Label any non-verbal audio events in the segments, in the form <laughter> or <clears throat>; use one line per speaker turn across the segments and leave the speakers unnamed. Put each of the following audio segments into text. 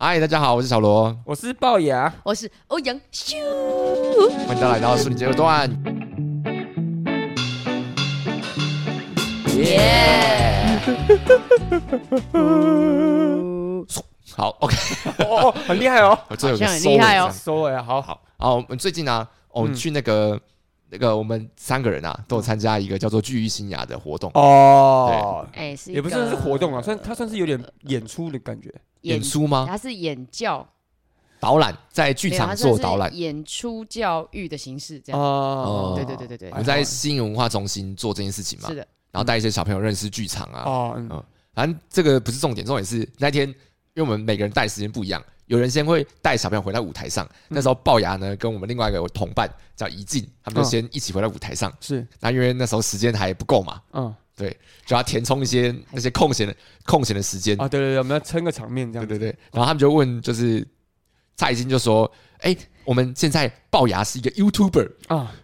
嗨，大家好，我是小罗，
我是龅牙，
我是欧阳修。
欢迎大家来到《顺节目段》。
耶！
好，OK，
哦哦哦，很厉害哦，
我这有个
好像很
收尾
厉害
这
哦
样
收尾了好好，
好，我们最近呢、啊，我们
嗯
去那个、那个我们三个人啊，都有参加一个叫做“聚育新芽”的活动，
哦，
哎，是一
也不算是
个呃
活动啊，算它算是有点演出的感觉，
演，出
啊
吗？
它是演教
导览在剧
没有它
场
算
做
是
导览，
演出教育的形式这样。
哦
哦
呃对对对对对
我
对
们在新营文化中心做这件事情嘛
是，的，
然后带一些小朋友认识剧场啊。
哦，嗯
反正这个不是重点，重点是那天，因为我们每个人带时间不一样，有人先会带小朋友回到舞台上。
嗯
那时候龅牙呢跟我们另外一个同伴叫怡静，他
嗯
们就先一起回到舞台上。
是，
那因为那时候时间还不够嘛，
嗯，
对，就要填充一些那些空闲的空闲的时间。
啊，对对对，我们要撑个场面
对
这样子，
对对，然后他们就问，就是蔡金就说：“哎、我们现在龅牙是一个
<laughs>
YouTuber，
哦
啊，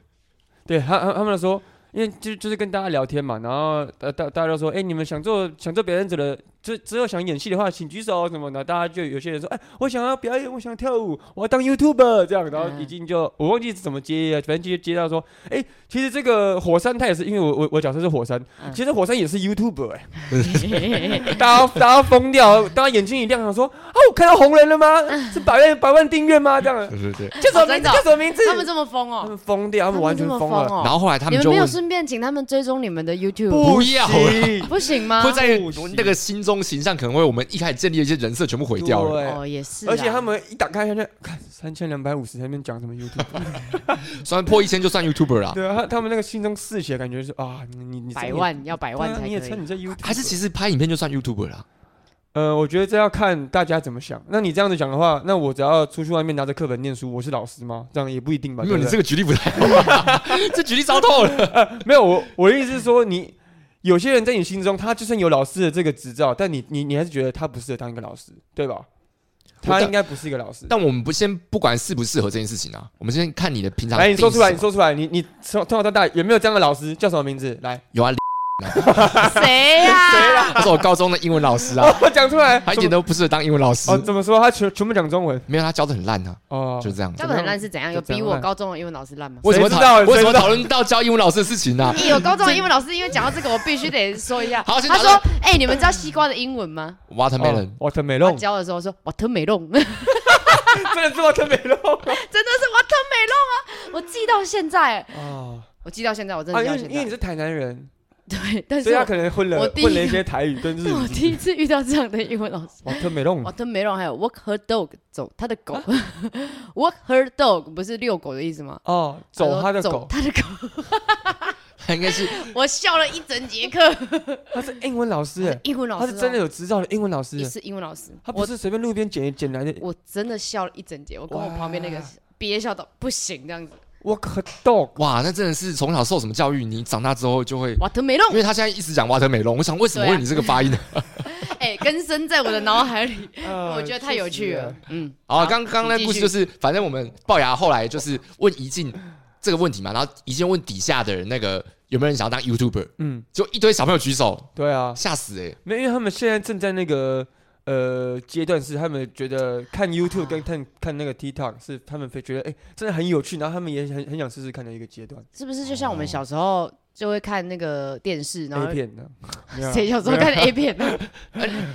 对他他他们说，因为就就是跟大家聊天嘛，然后大大大家都说，哎、你们想做想做表演者的，就只有想演戏的话，请举手什么的。大家就有些人说，哎、我想要表演，我想跳舞，我要当 YouTuber 这样，然后已
嗯
经就、我忘记是怎么接了，反正就接到说，哎、其实这个火山他也是，因为我我我角色是火山，
嗯
其实火山也是 YouTuber 哎、大家大家疯掉，大家眼睛一亮，想说，哦，我看到红人了
<laughs>
吗？是百万百万订阅吗？这样。
对对对。
叫什么
哦
名字？
真的哦
叫什么名字？
<laughs> 他们这么疯
他
哦，
们疯 <laughs> 掉，他们完全
这么
疯了。
哦
然后后来他
你
们
们
就
没有
问，
顺便请他们追踪你们的 YouTube，
不要
行，
<laughs> 不行吗
会？在
不行
那个心中形象可能会我们一开始建立的一些人设全部毁掉了。
对
哦，也是啊。
而且他们一打开看见，看三千两百五十，那边讲什么
<laughs>
YouTube？
虽然破一千就算 YouTuber 啦，
对啊，他他们那个心中嗜血，感觉是啊，你你你
百万要百
百
万才
你也称
可以。
你这 YouTube？
还是其实拍影片就算 YouTuber 啦？
呃，我觉得这要看大家怎么想。那你这样子讲的话，那我只要出去外面拿着课本念书，我是老师吗？这样也不一定吧。
没有，
对
你
不
这
对
个举例不太好， <laughs> 这举例糟透了。
没有我我的意思是说，你有些人在你心中，他就算有老师的这个执照，但你你你还是觉得他不适合当一个老师，对吧？他应该不是一个老师。
但我们不先不管适不适合这件事情啊，我们先看你的平常。
来，你说出来，你。说出来，你你从从小到大有没有这样的老师？叫什么名字？来，
有啊，
谁
<laughs> 啊
呀？
<laughs> 他是我高中的英文老师啊，
哦，讲出来。
他一点都不适合当英文老师
哦，，怎么说？他全全部讲中文
没有他教的很烂啊，
哦，
就是这样。
教的很烂是怎样？有
就怎
比
样
我高中的英文老师烂吗？
为什么
谁知道
讨为什
谁
么
知道
讨论到教英文老师的事情
<laughs>
呢？
哎有高中的英文老师，因为讲到这个，我必须得说一下。
好先
他
打
说：“哎、你们知道西瓜的英文吗
哦
Watermelon，
他
watermelon，
教的时候说 <laughs> “watermelon”，真
哦
哦
真的是
<laughs>
watermelon
的是 watermelon 啊！我记到现在，
哦
我记到现在，我真
啊，
的
因
记到
为
现
因为你
在。
是台南人，
对， <laughs> 但是
所以他
我
可能混了
我第一个
混了一些台语跟日
但 <laughs> 我
语。
第一次遇到这样的英文老师
watermelon，
，watermelon 还有 walk her dog，走他的狗 <laughs> ，walk her dog 不是遛狗的意思吗？
哦，走
说
他的
走
狗，
他的狗， <laughs>
应该是
我笑了一整节课。
他是英文老师欸，
英文老
他
师、啊
是真的，有执照的英文老师
也
欸，
是英文老师，
他不
我
是随便路边捡捡来的。
我真的笑了一整节，我跟我旁边那个
哇
憋笑到不行这样子。
我可 dog，
哇，那真的是从小受什么教育，你长大之后就会。
watermelon
因为他现在一直讲 watermelon，我想为
啊
什么会有你这个发音呢？
哎、根深在我的脑海 <laughs> 里，
我
我觉得太有趣了。。嗯，
好啊，刚刚那
请
故
继
事
续
就是，反正我们龅牙后来就是问怡静这个问题嘛，然后怡静问底下的人那个有没有人想要当 YouTuber，
嗯，
就一堆小朋友举手，
对啊，
吓死哎、欸！
没有，因为他们现在正在那个呃阶段，是他们觉得看 YouTube 跟
啊
看看那个 TikTok 是他们非觉得哎、真的很有趣，然后他们也很很想试试看的一个阶段。
是不是就像我们小时候就会看那个电视，然
A
后
片呢？没有啊
<laughs> 谁小时候看 A 片 <laughs> 呢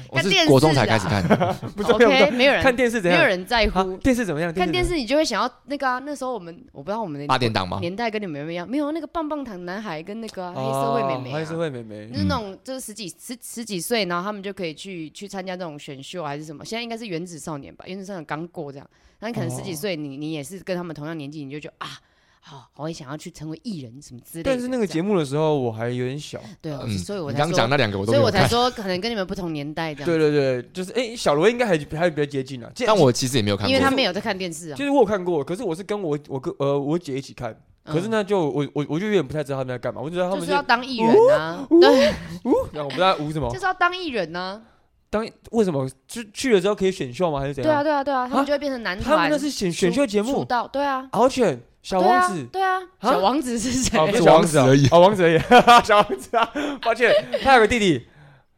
我是
电视
国中才
啊
开始看，
不重要，不重
？OK，
要
没有
<laughs>
人
看电视怎
没有
样？
人在
啊
乎。
电视怎么样？
看电
视
视你就会想要那个啊，那时候我们我不知道我们
八
的
点档
<laughs>
吗？
年代跟你们有没有一样，没有那个棒棒糖男孩跟那个啊、
怎么
黑
样
社会妹妹、
哦黑社
啊。
会妹妹
就。是那种，就是十几十十几岁，然后他们就可以去去参加这种选秀还是什么。现在应该是原子少年吧，原子少年刚过这样。那你可能十几
哦
岁，你你也是跟他们同样年纪，你就觉得啊，好，我也想要去成为艺人什么之类的。
但是那个
这样
节目的时候我还有点小，
对啊，
嗯，
所以我
你
才
刚讲
说，
那两个我都
所以
没有
我才
看，
说可能跟你们不同年代这样，哦
对对对，就是哎、小罗应该还还比较接近啊。这
但我其实也没有看
因为他
过。
没有在看电视啊
其。实我有看过，可是我是跟我我哥呃我姐一起看，可是
嗯
呢就我我我就有点不太知道他们在干嘛，我只知道他
就
们
是要当艺人啊，对，
然后我不知道舞什么
<laughs> 就，是要当艺
<laughs>
人啊，
当为什么去去了之后可以选秀吗？还是怎
对啊，
样？
对啊，对啊，他
啊
们就会变成男
他们
团
那是选选
出
秀节
出
目，
道，对啊，
敖犬、小
对
王
啊
子，。
对啊，
啊
<laughs> 小王子是谁
哦，不？是
小王
王
子
子啊
而已
哦，王子而已，小王子啊，抱歉，他有个弟弟，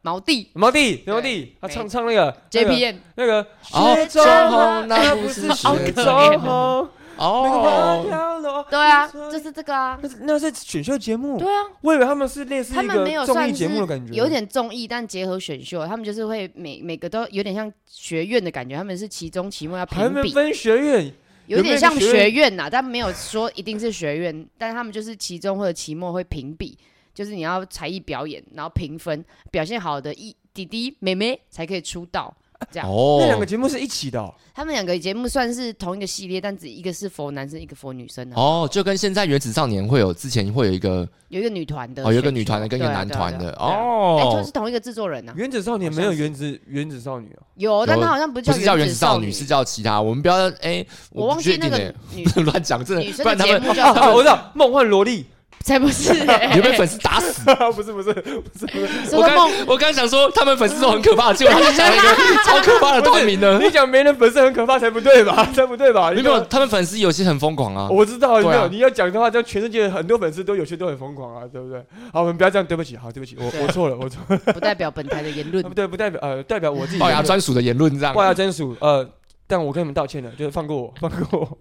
毛弟
毛弟，毛弟，他
没啊
唱唱那个那个
JPN，
那个
哦
雪
中红
中红，
那
那
不
不
是
是
雪
雪
中红
中红，那个花
哦，
飘落。
对啊，
你说
就是这个啊，
那是那是选秀节目
对，啊，
我以为他们哦是类似
他
一
们没有
个综
算
艺
是
节目的感觉，
有点综艺，但结合选秀，他们就是会每每个都有点像学院的感觉，他们是期中、期末要
还
评
没
比，
分学院，
有点像
有没有一个学
学院呐、但没有说一定是学院， <laughs> 但他们就是期中或者期末会评比，就是你要才艺表演，然后评分，表现好的一弟弟妹妹才可以出道。这样，
那两个
哦
节目是一起的哦，
他们两个节目算是同一个系列，但只一个是佛男生，一个佛女生、啊，
哦，就跟现在原子少年会有之前会有一个
有一个女团的选
哦，
手，
有一个女团的跟一个
对啊
男
对啊
团
对啊
的
对啊哎、就
哦
是，同一个制作人呐、啊。
原子少年
好
没
像
有
是
原子原子少女哦，
有，但
有啊
她好像不是
不是叫原
子
子少
女，
女，是叫其他。我们不要哎，
我
不
忘
确
记那
定
个
哎 <laughs>
女，
不能乱讲，真
女
的，
生的
不然他
节
们 <laughs>
目叫什么
啊我知道梦幻萝莉，
才不是、欸，
你会被粉丝打死。
<laughs> 不是不是不是不是，
是
我
个梦
刚我刚想说他们粉丝都很可怕，结果他
<laughs>
们讲了一个超可怕的队名呢。
你讲没人粉丝很可怕才不对吧？ <laughs> 才不对吧？
没
你讲
有，他们粉丝有些很疯狂啊。
哦
我知道，
对啊
没有你要讲的话，这样全世界很多粉丝都有些都很疯狂啊，对不对？好，我们不要这样，对不起，好，对不起，我我错了，我错
<laughs>
了，
不代表本台的言论。
对，不代表呃，代表我自己
龅牙哦专属的言论这样
龅牙真属呃，但我跟你们道歉了，就是放过我，放过我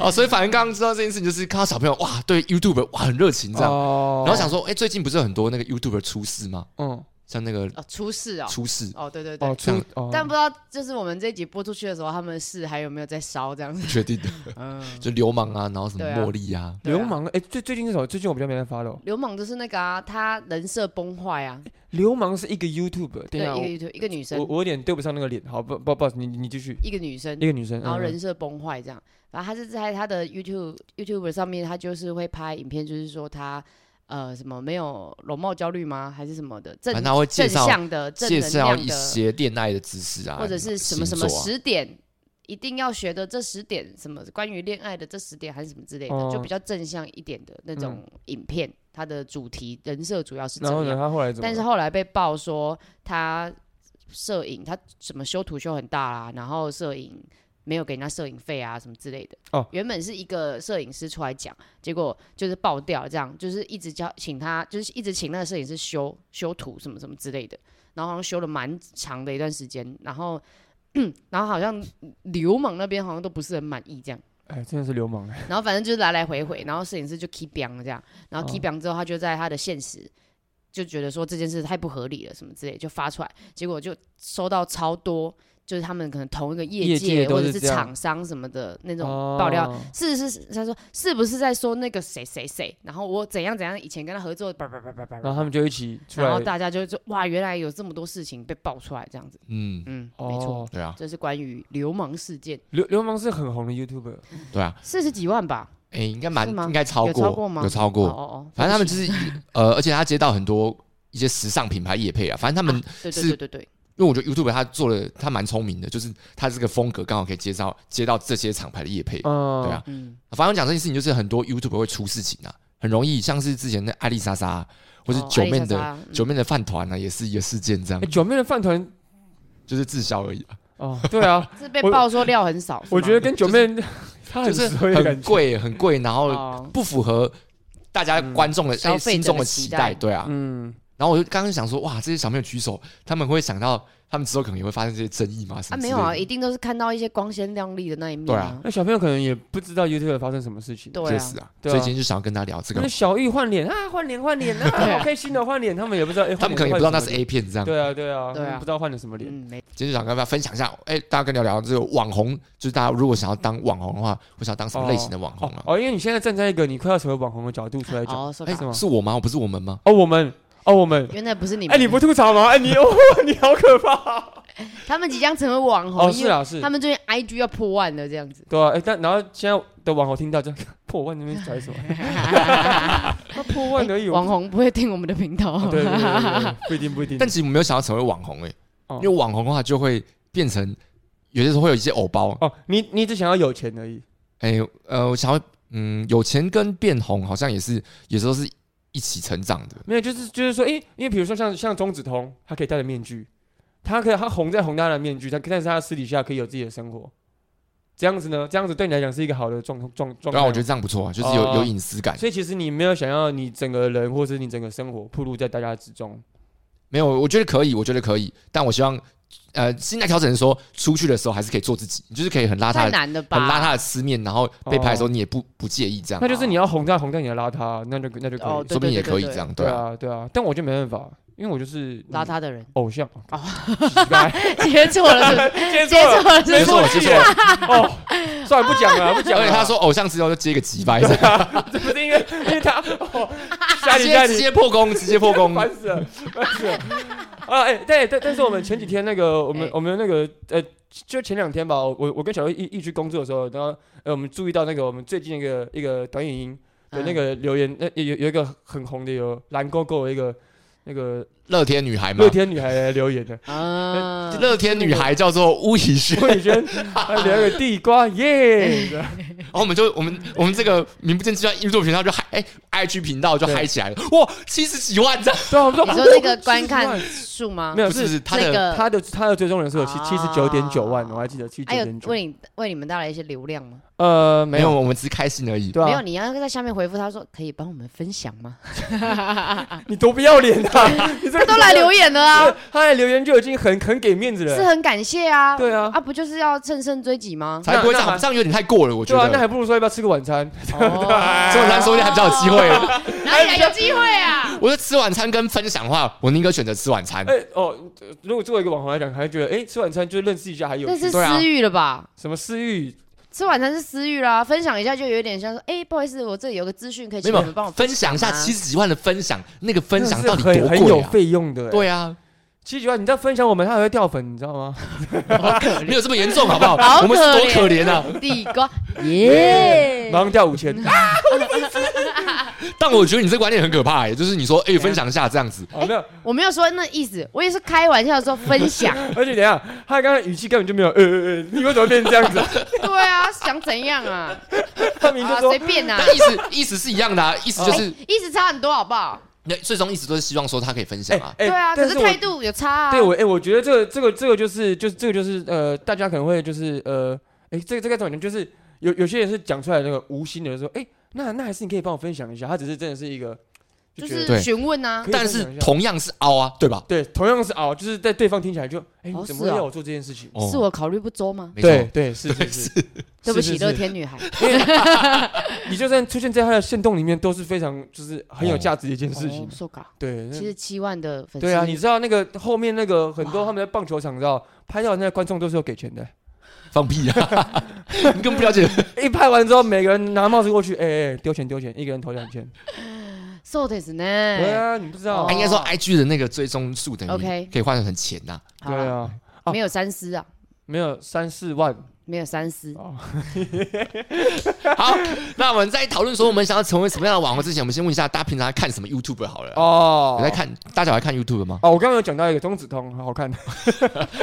哦，所以反正刚刚知道这件事情，就是看到小朋友哇，对 YouTube 哇很热情这样，
哦
然后想说，哎，最近不是有很多那个 YouTuber 出事吗？
嗯
像那个
哦，出事哦，
出事，
哦，对对对。啊
哦出哦，
但不知道，就是我们这一集播出去的时候，他们的事还有没有在烧这样子？
确定的， <laughs>
嗯，
就流氓啊，然后什么
对啊
茉莉啊，
<laughs> 对啊
流氓哎，最最近是什么？最近我比较没人发了。
流氓就是那个啊，他人设崩坏啊，
流氓是一个 YouTube，
对，
等一
啊
下
一个一个女
我我
生，
我有点对不上那个脸，好不不不好意思，你你继续，
一个女生
一，个女生，
然后
嗯
人设崩坏这样。然后他是在他的 YouTube YouTube 上面，他就是会拍影片，就是说他呃什么没有容貌焦虑吗？还是什么的啊正
反正他会介
正
绍
向的正
介
能
绍
量
一
的，
些恋爱的知识啊，
或者是什么什
星
么
座啊
十点一定要学的这十点，什么关于恋爱的这十点还是什么之类的，就
哦
比较正向一点的那种影片，它的主题人设主要是
然后
这
呢，
样。
他后来怎么了？
但是后来被爆说他摄影，他什么修图修很大啦、然后摄影没有给人家摄影费啊什么之类的。
哦
原本是一个摄影师出来讲，结果就是爆掉，这样就是一直叫请他，就是一直请那个摄影师修修图什么什么之类的，然后好像修了蛮长的一段时间，然后。 <clears throat> 然后好像流氓那边好像都不是很满意这样，
哎，真的是流氓哎，
然后反正就是来来回回，然后摄影师就 keep 了这样，然后
哦
keep 了之后，他就在他的现实就觉得说这件事太不合理了，什么之类就发出来，结果就收到超多，就是他们可能同一个业
业界
界
都
或
是
者是
这样
厂商什么的那
这
种爆料。是是是，他说是不是在说那个谁谁谁？然后我怎样怎样，以前跟他合作，叭叭叭叭叭
然
叭
后他们就一起啊出来，
然后大家就说哇，原来有这么多事情被爆出来，这样子，
嗯，
嗯，没错，
哦，
对啊，
这是关于流氓事件，
流流氓是很红的 YouTuber，
对啊，
四十几万吧，
哎，应该蛮
是吗
应该超
有超过
过
吗，
有超
哦
过，
哦哦，
反正他们
对不
就
起
是 <laughs> 呃，而且他接到很多一些时尚品牌业配啊，反正他们、
啊对对
是
对对对，
因为我觉得 YouTube 他做的他蛮聪明的，就是他这个风格刚好可以接到接到这些厂牌的业配。
嗯，
对啊，
嗯，
反正我讲这件事情，就是很多 YouTube 会出事情啊，很容易像是之前那艾丽莎莎啊，或是
哦
九
艾丽
面
莎
的
莎嗯
九面的饭团呢，啊也是一个事件这样
哎，，九妹的饭团
就是滞销而已啊，
哦， <laughs> 对啊，
是被
我
爆说料很少，是
我
吗
觉得跟九妹她
就
很
是
衰的
很
感觉，
贵很贵，然后
哦
不符合大家
嗯
观众的、
消
哎
费
心
者
中
的
的
期
期
待
待，对啊，
嗯，
然后我就刚刚想说，哇，这些小朋友举手，他们会想到他们之后可能也会发生这些争议吗？什
啊，
么之类的
没有啊，一定都是看到一些光鲜亮丽的那一面
对啊，
那小朋友可能也不知道 YouTuber 发生什么事情，
对
确
啊，
实啊，
对
所
啊
以今天就想要跟大家聊这
那
个，
小玉换脸啊，换脸换脸
<laughs> 对啊
啊，好开心的换脸，他们也不知道，哎
他们可能也不知道那是。
换脸换什么脸
A 片这样。
对啊，对啊，
对啊
他们不知道换了什么脸，
嗯，没
今天就想跟大家分享一下，哎，大家跟聊聊这个网红，就是大家如果想要当网红的话，会想要当什么类型的网红
哦
啊？
哦，因为你现在站在一个你快要成为网红的角度出来讲，
哦，说
哎
吧
是，吗
是我吗？我不是我们吗？
哦，我们，哦，我们，
原来不是你们，
哎，你不吐槽吗？哎，你，哦， <laughs> 你好可怕。
他们即将成为网红，
哦，
因
是
为
啊，是，
他。们最近 IG 要破万了，这样子
<laughs> 对啊，哎，但然后现在的网红听到就破万那边拽什么？
<laughs>
他破万而已，
网
我
红不会听我们的频道
哦不。对对对对，
<laughs>
对不一定不一定。
但其实我没有想要成为网红，哎，
嗯哦
因为网红的话就会变成有些时候会有一些偶包，
哦，你你只想要有钱而已。
哎，呃，我想要，嗯，有钱跟变红好像也是，有时候是一起成长的。
没有，就是就是说，诶，因为比如说像像钟梓潼，他可以戴着面具，他可以他红在红他的面具，但但是他私底下可以有自己的生活，这样子呢，这样子对你来讲是一个好的状状状
对
态。
啊，我觉得，这样不错啊，就是有
哦
有隐私感。
所以其实你没有想要你整个人或是你整个生活暴露在大家之中，
没有，我觉得可以，我觉得可以，但我希望，呃，现在调整是说，出去的时候还是可以做自己，你就是可以很邋遢
太
的、
难了吧？
很邋遢的吃面，然后被拍的时候你也不不介意这样
哦那，就是你要红他红他你的邋遢，那就那就可以。
哦对
说不定也可以这样，
对
啊，
啊，对啊，但我就没办法，因为我就是嗯
邋遢的人
偶像
哦 <laughs>
哦，乞丐
接错了是不
<laughs>
是，
接
接错了是
没
不
<laughs> 没
是
错
错，
接错
谢
<laughs>
谢。哦，算了，不讲了，不讲
啊而且
了。
他说偶像之后就接个几百，直
这不是因为因为他，哦，啊
嗯
下你下
接直
你，
接破功，直接破功。
<laughs> 烦死了，烦死了。啊，哎，对，但但是我们前几天那个，我们
哎
我们那个呃，就前两天吧，我我跟小薇一一起工作的时候，然后呃，我们注意到那个我们最近一个一个短语音
嗯
的那个留言，那有有有一个很红的有蓝勾勾的一个那个
乐天女孩嘛
乐，天女孩来留言的，
啊，
乐天女孩叫做巫以轩，
魏宇轩她留了个地瓜耶，
然后我们就我们我们这个名不见经传 YouTube 频道就嗨，哎，IG 频道就嗨起来了，哇，七十几万这样，
对啊，我们说
你说那个观
哇
看数吗
没？有
不是不是
是
他
那
的
个
他的他的追踪人数有七
啊哎
七十九点九万，我还记得七十
还
九
有
点九，
为你为你们带来一些流量吗？
呃，没
没有，
有，
我们只是开心而已。
对
没有，
啊，
你要在下面回复他说，可以帮我们分享 <laughs> 吗？
你多不要脸啊！你这
<laughs> 他都来留
言
言了啊，，
他来留言就已经很很给面子
是
了，
很感谢啊。
对啊
啊，不就是要乘胜追击 <laughs> 吗？
才不会这
那那
样，
还
这样有点太过了，我觉
对啊，那
得。
还不如说要不要吃个晚餐？ <laughs>
哦
吃晚餐说不定还比较有机会。
<laughs> 哪里来有机会啊？
我说吃晚餐跟分享的话，我宁可选择吃晚餐。
哎哦，如果作为一个网红来讲，还觉得哎吃晚餐就认识一下还有
那
趣
是
对啊
私欲了吧？
什么私欲？
吃晚餐是私欲啦，分享一下就有点像说，哎，不好意思，我这里有个资讯可以
没
请你
有
们帮我
分享一下
吗
七十几万的分享，那个分享到底
真的是
多
很很有
贵啊？
费用的，哎，
对啊，
七十九万，你再分享我们，他还会掉粉，你知道吗？
<laughs> 没有这么严重，好不好？
好
我们是多
可
可怜啊！
地 <laughs> 瓜耶
<laughs> 马！上掉五千，
但我觉得你这个观念很可怕、欸，就是你说，哎、分享一下这样子，
哦没有，
我没有说那意思，我也是开玩笑说分 <laughs> 享。
<laughs> 而且等一下，他刚刚语气根本就没有，呃呃呃，你为什么变成这样子啊？
<laughs> 对啊，想怎样 <laughs> 啊？
他明明
啊，
就说
随便 <laughs> 啊
但，意思意思是一样的、啊，意思就是，
意思差很多好不好？
那、最终意思都是希望说他可以分享啊。
哎
对啊，可
但
是
我
态度有差啊。
对我哎、我觉得这个这个这个就是就是这个就是呃，大家可能会就是呃，哎、这个这个怎么讲？就是有有些人是讲出来那个无心的就说，哎、那那还是你可以帮我分享一下，他只是真的是一个
就
觉得
对
是询问啊
可，以
但
分
是
享一下
同样是凹啊，对吧？
对，同样是哦，就是在对方听起来就哎、
哦
你怎么会
是哦
要我做这件事情？
哦
是我考虑不周吗？
没
对
错，
对是是
<laughs>
是，
对不
是 <laughs>
起，
是
乐天女孩，
你就算出现在他的线洞里面，都是非常就是很有价值的一件事情。
哦受搞
对，那
七十七万的粉丝，
对啊，你知道那个后面那个很多
哇
他们在棒球场，你知道拍照的那个观众都是有给钱的。
放屁啊！你根本不了解，
一拍完之后，每个人拿帽子过去，哎、哎，丢钱丢钱，一个人投两千。
受的是呢。
对啊，你不知道
哦
啊。应该说 IG 的那个追踪数等于
OK
可以换成钱呐、
好
对
啦，
啊，啊
没有三思啊，
没有三四万
没有三思。
哦。
好，那我们在讨论说我们想要成为什么样的网红之前，我们先问一下大家平常看什么 YouTube 好了。
哦
有在看，大家有在看 YouTube 吗？
哦，我刚刚有讲到一个钟子通，很好
<laughs>
看。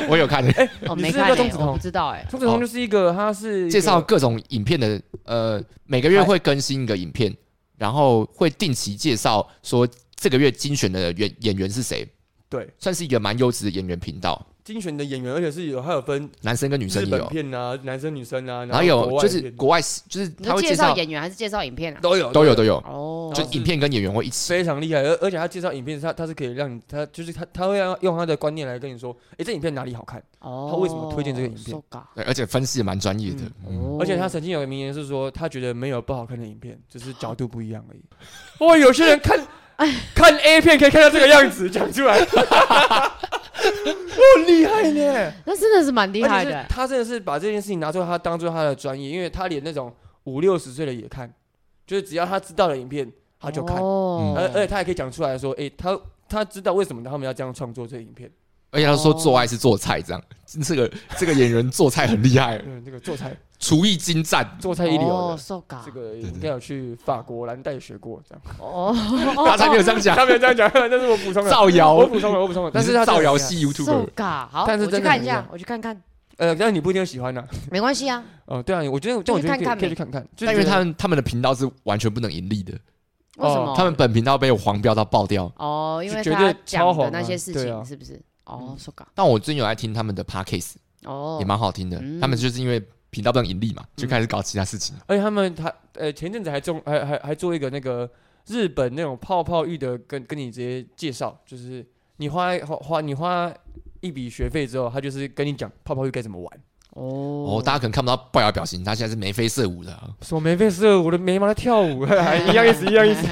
我有看，
哦，
你
没
是
看
叫钟
欸，
子
我不
通？
知道哎。
钟子通就是一个，他是一个
哦介绍各种影片的，呃，每个月会更新一个影片，然后会定期介绍说这个月精选的演演员是谁，
对
算是一个蛮优质的演员频道，
精选的演员，而且是有还有分
男生跟女
日
生也
本
有，
片啊，男生女生啊，
然后
国
有
外
就是
片
国外就是
你
他
是
会
介
介
绍
绍
演员还是介绍影片啊？
都有
都有都有，
哦，
就影片跟演员会一起。
非常厉害，而而且他介绍影片，他他是可以让你，他就是他他会让用他的观念来跟你说，哎，这影片哪里好看？
哦，
他为什么推荐这个影片
受搞
对，而且分析的蛮专业的，嗯
哦
而且他曾经有个名言是说，他觉得没有不好看的影片，只是角度不一样而已。 <laughs> 哇，有些人看
哎
<laughs> 看 A 片可以看到这个样子，讲出来， <laughs> 哦，厉害呢！
那真的是 <laughs> 蛮厉害
而且是
的。
他真的是把这件事情拿出来，他当做他的专业，因为他连那种五六十岁的也看，就是只要他知道的影片他就看，而、
哦
嗯
而且他也可以讲出来说，诶，他他知道为什么他们要这样创作这个影片。
而且他说做爱是做菜这样，这个这个演员做菜很厉害， <laughs>
嗯，这个做菜
厨艺精湛，
做菜一流的。欸
哦，受搞
这个应该有去法国蓝带学过，这样。
哦，
他才没有这样讲，
<laughs> 他没有这样讲，但是我补充了，
造谣
我，补充了，我补充了。但
但
是
是
他
造谣
戏，
系 YouTuber
受。嘎，好，
但是
我去
真的
看
很
一
厉
下
害，
我去看看，
呃，但是你不一定喜欢呢。
没关系啊。
哦，对啊，我觉得这样我觉得
就去看看呗
可以去看看，就是
但因为
觉得
他们他们的频道是完全不能盈利的，
为什
哦
么？
他们本频道被我黄标到爆掉。
哦，因为
绝
他
对超
讲
红
的
啊
那些事
对啊
情是不是？哦
嗯，
受搞
但我最近有在听他们的 podcast，
哦
也，蛮好听的。
嗯
他们就是因为频道不能盈利嘛，就开始搞其他事情。
而且他们还呃前阵子还中还还还做一个那个日本那种泡泡浴的跟跟你直接介绍，就是你花花花你花一笔学费之后，他就是跟你讲泡泡浴该怎么玩。
哦 <laughs>
哦，大家可能看不到龅牙表情，他现在是眉飞色舞的
<laughs>
啊，
什么眉飞色舞的眉毛在跳舞，还 <laughs> 一样意思一样意思。
直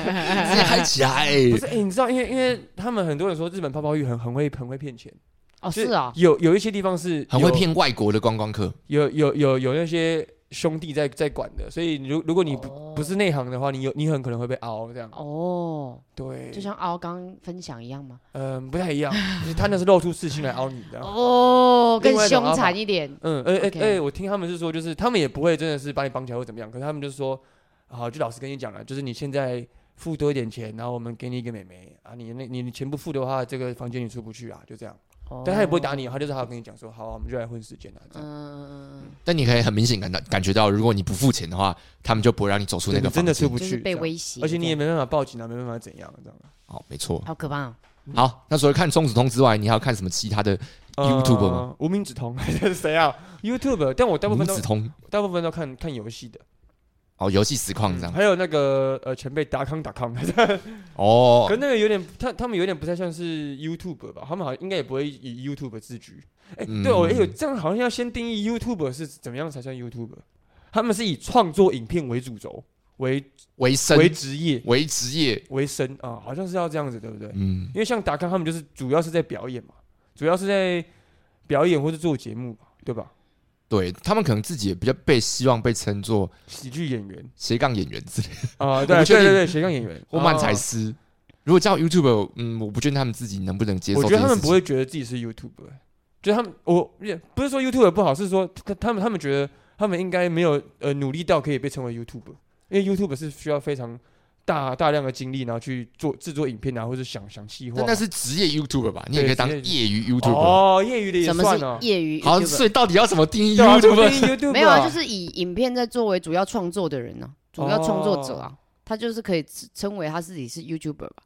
接嗨起来。
<laughs> 不是，哎、你知道，因为因为他们很多人说日本泡泡浴很很会很会骗钱，
<laughs> 哦
就是
啊，
有有一些地方是
很会
有，
骗外国的观光客，
有有有有那些兄弟在在管的，所以如如果你不、
哦
不是内行的话，你有你很可能会被凹这样。
哦，
对，
就像敖刚分享一样吗？
嗯、不太一样，就是他那是露出刺青来凹你的。
哦，
嗯
更
另外一种
凶残一点，
嗯，而而
OK
而我听他们是说，就是他们也不会真的是把你绑起来或怎么样，可是他们就是说，好，就老实跟你讲了，就是你现在付多一点钱，然后我们给你一个美眉啊，你那你你钱不付的话，这个房间你出不去啊，就这样。但他也不会打
你。
你，他就是好好跟你讲说，好啊，我们就来混时间啊，这样。
哦嗯，
但你可以很明显感到感觉到，如果你不付钱的话，他们就不会让你走出那
对
个
你真的
房间
出不
就是
去，
被
这样
威胁，
而且你也没办法报警啊，没办法怎样，这样。
哦，没错。
好可怕哦。
好，那除了看中子通之外，你还要看什么其他的哦 YouTuber 吗
呃？无名指通这是 <laughs> 谁啊？YouTube，但我大部
五
分都
子通？
大部分都看看游戏的，
哦，游戏实况
嗯
这样。
还有那个呃前辈达康达康， <laughs>
哦
可，那个有点，他他们有点不太像是 YouTube 吧？他们好像应该也不会以 YouTube 自居。哎、
嗯
对哦，哎、有这样好像要先定义 YouTube 是怎么样才算 YouTube。他们是以创作影片为主轴，为
为生
为职业，
为职业，
为生啊、好像是要这样子，对不对？
嗯，
因为像达康他们就是主要是在表演嘛，主要是在表演或是做节目嘛，对吧？
对他们可能自己也比较被希望被称作
喜剧演员
斜杠演员之类的，
<laughs> 啊、对
不
对
确定
对对，斜杠演员
或漫才
啊
师。如果叫 YouTube，嗯，我不确定他们自己能不能接受。
我觉得他们不，会觉得自己是 YouTube，就是他们我也不是说 YouTube 不好，是说他他们他们觉得他们应该没有呃努力到可以被称为 YouTube，因为 YouTube 是需要非常大大量的精力，然后去做制作影片啊，或者想想细化
但
嘛。
那是职业 YouTuber 吧？你也可以当
对职
业余 YouTuber。
哦，业余的也
什么
算
是
哦。
业余 YouTuber？
好，所以到底要怎么定义
对啊，怎么
YouTuber？
定义 YouTube
没有啊，
啊
就是以影片在作为主要创作的人呢、主要创作者
哦
啊，他就是可以称为他自己是 YouTuber 吧。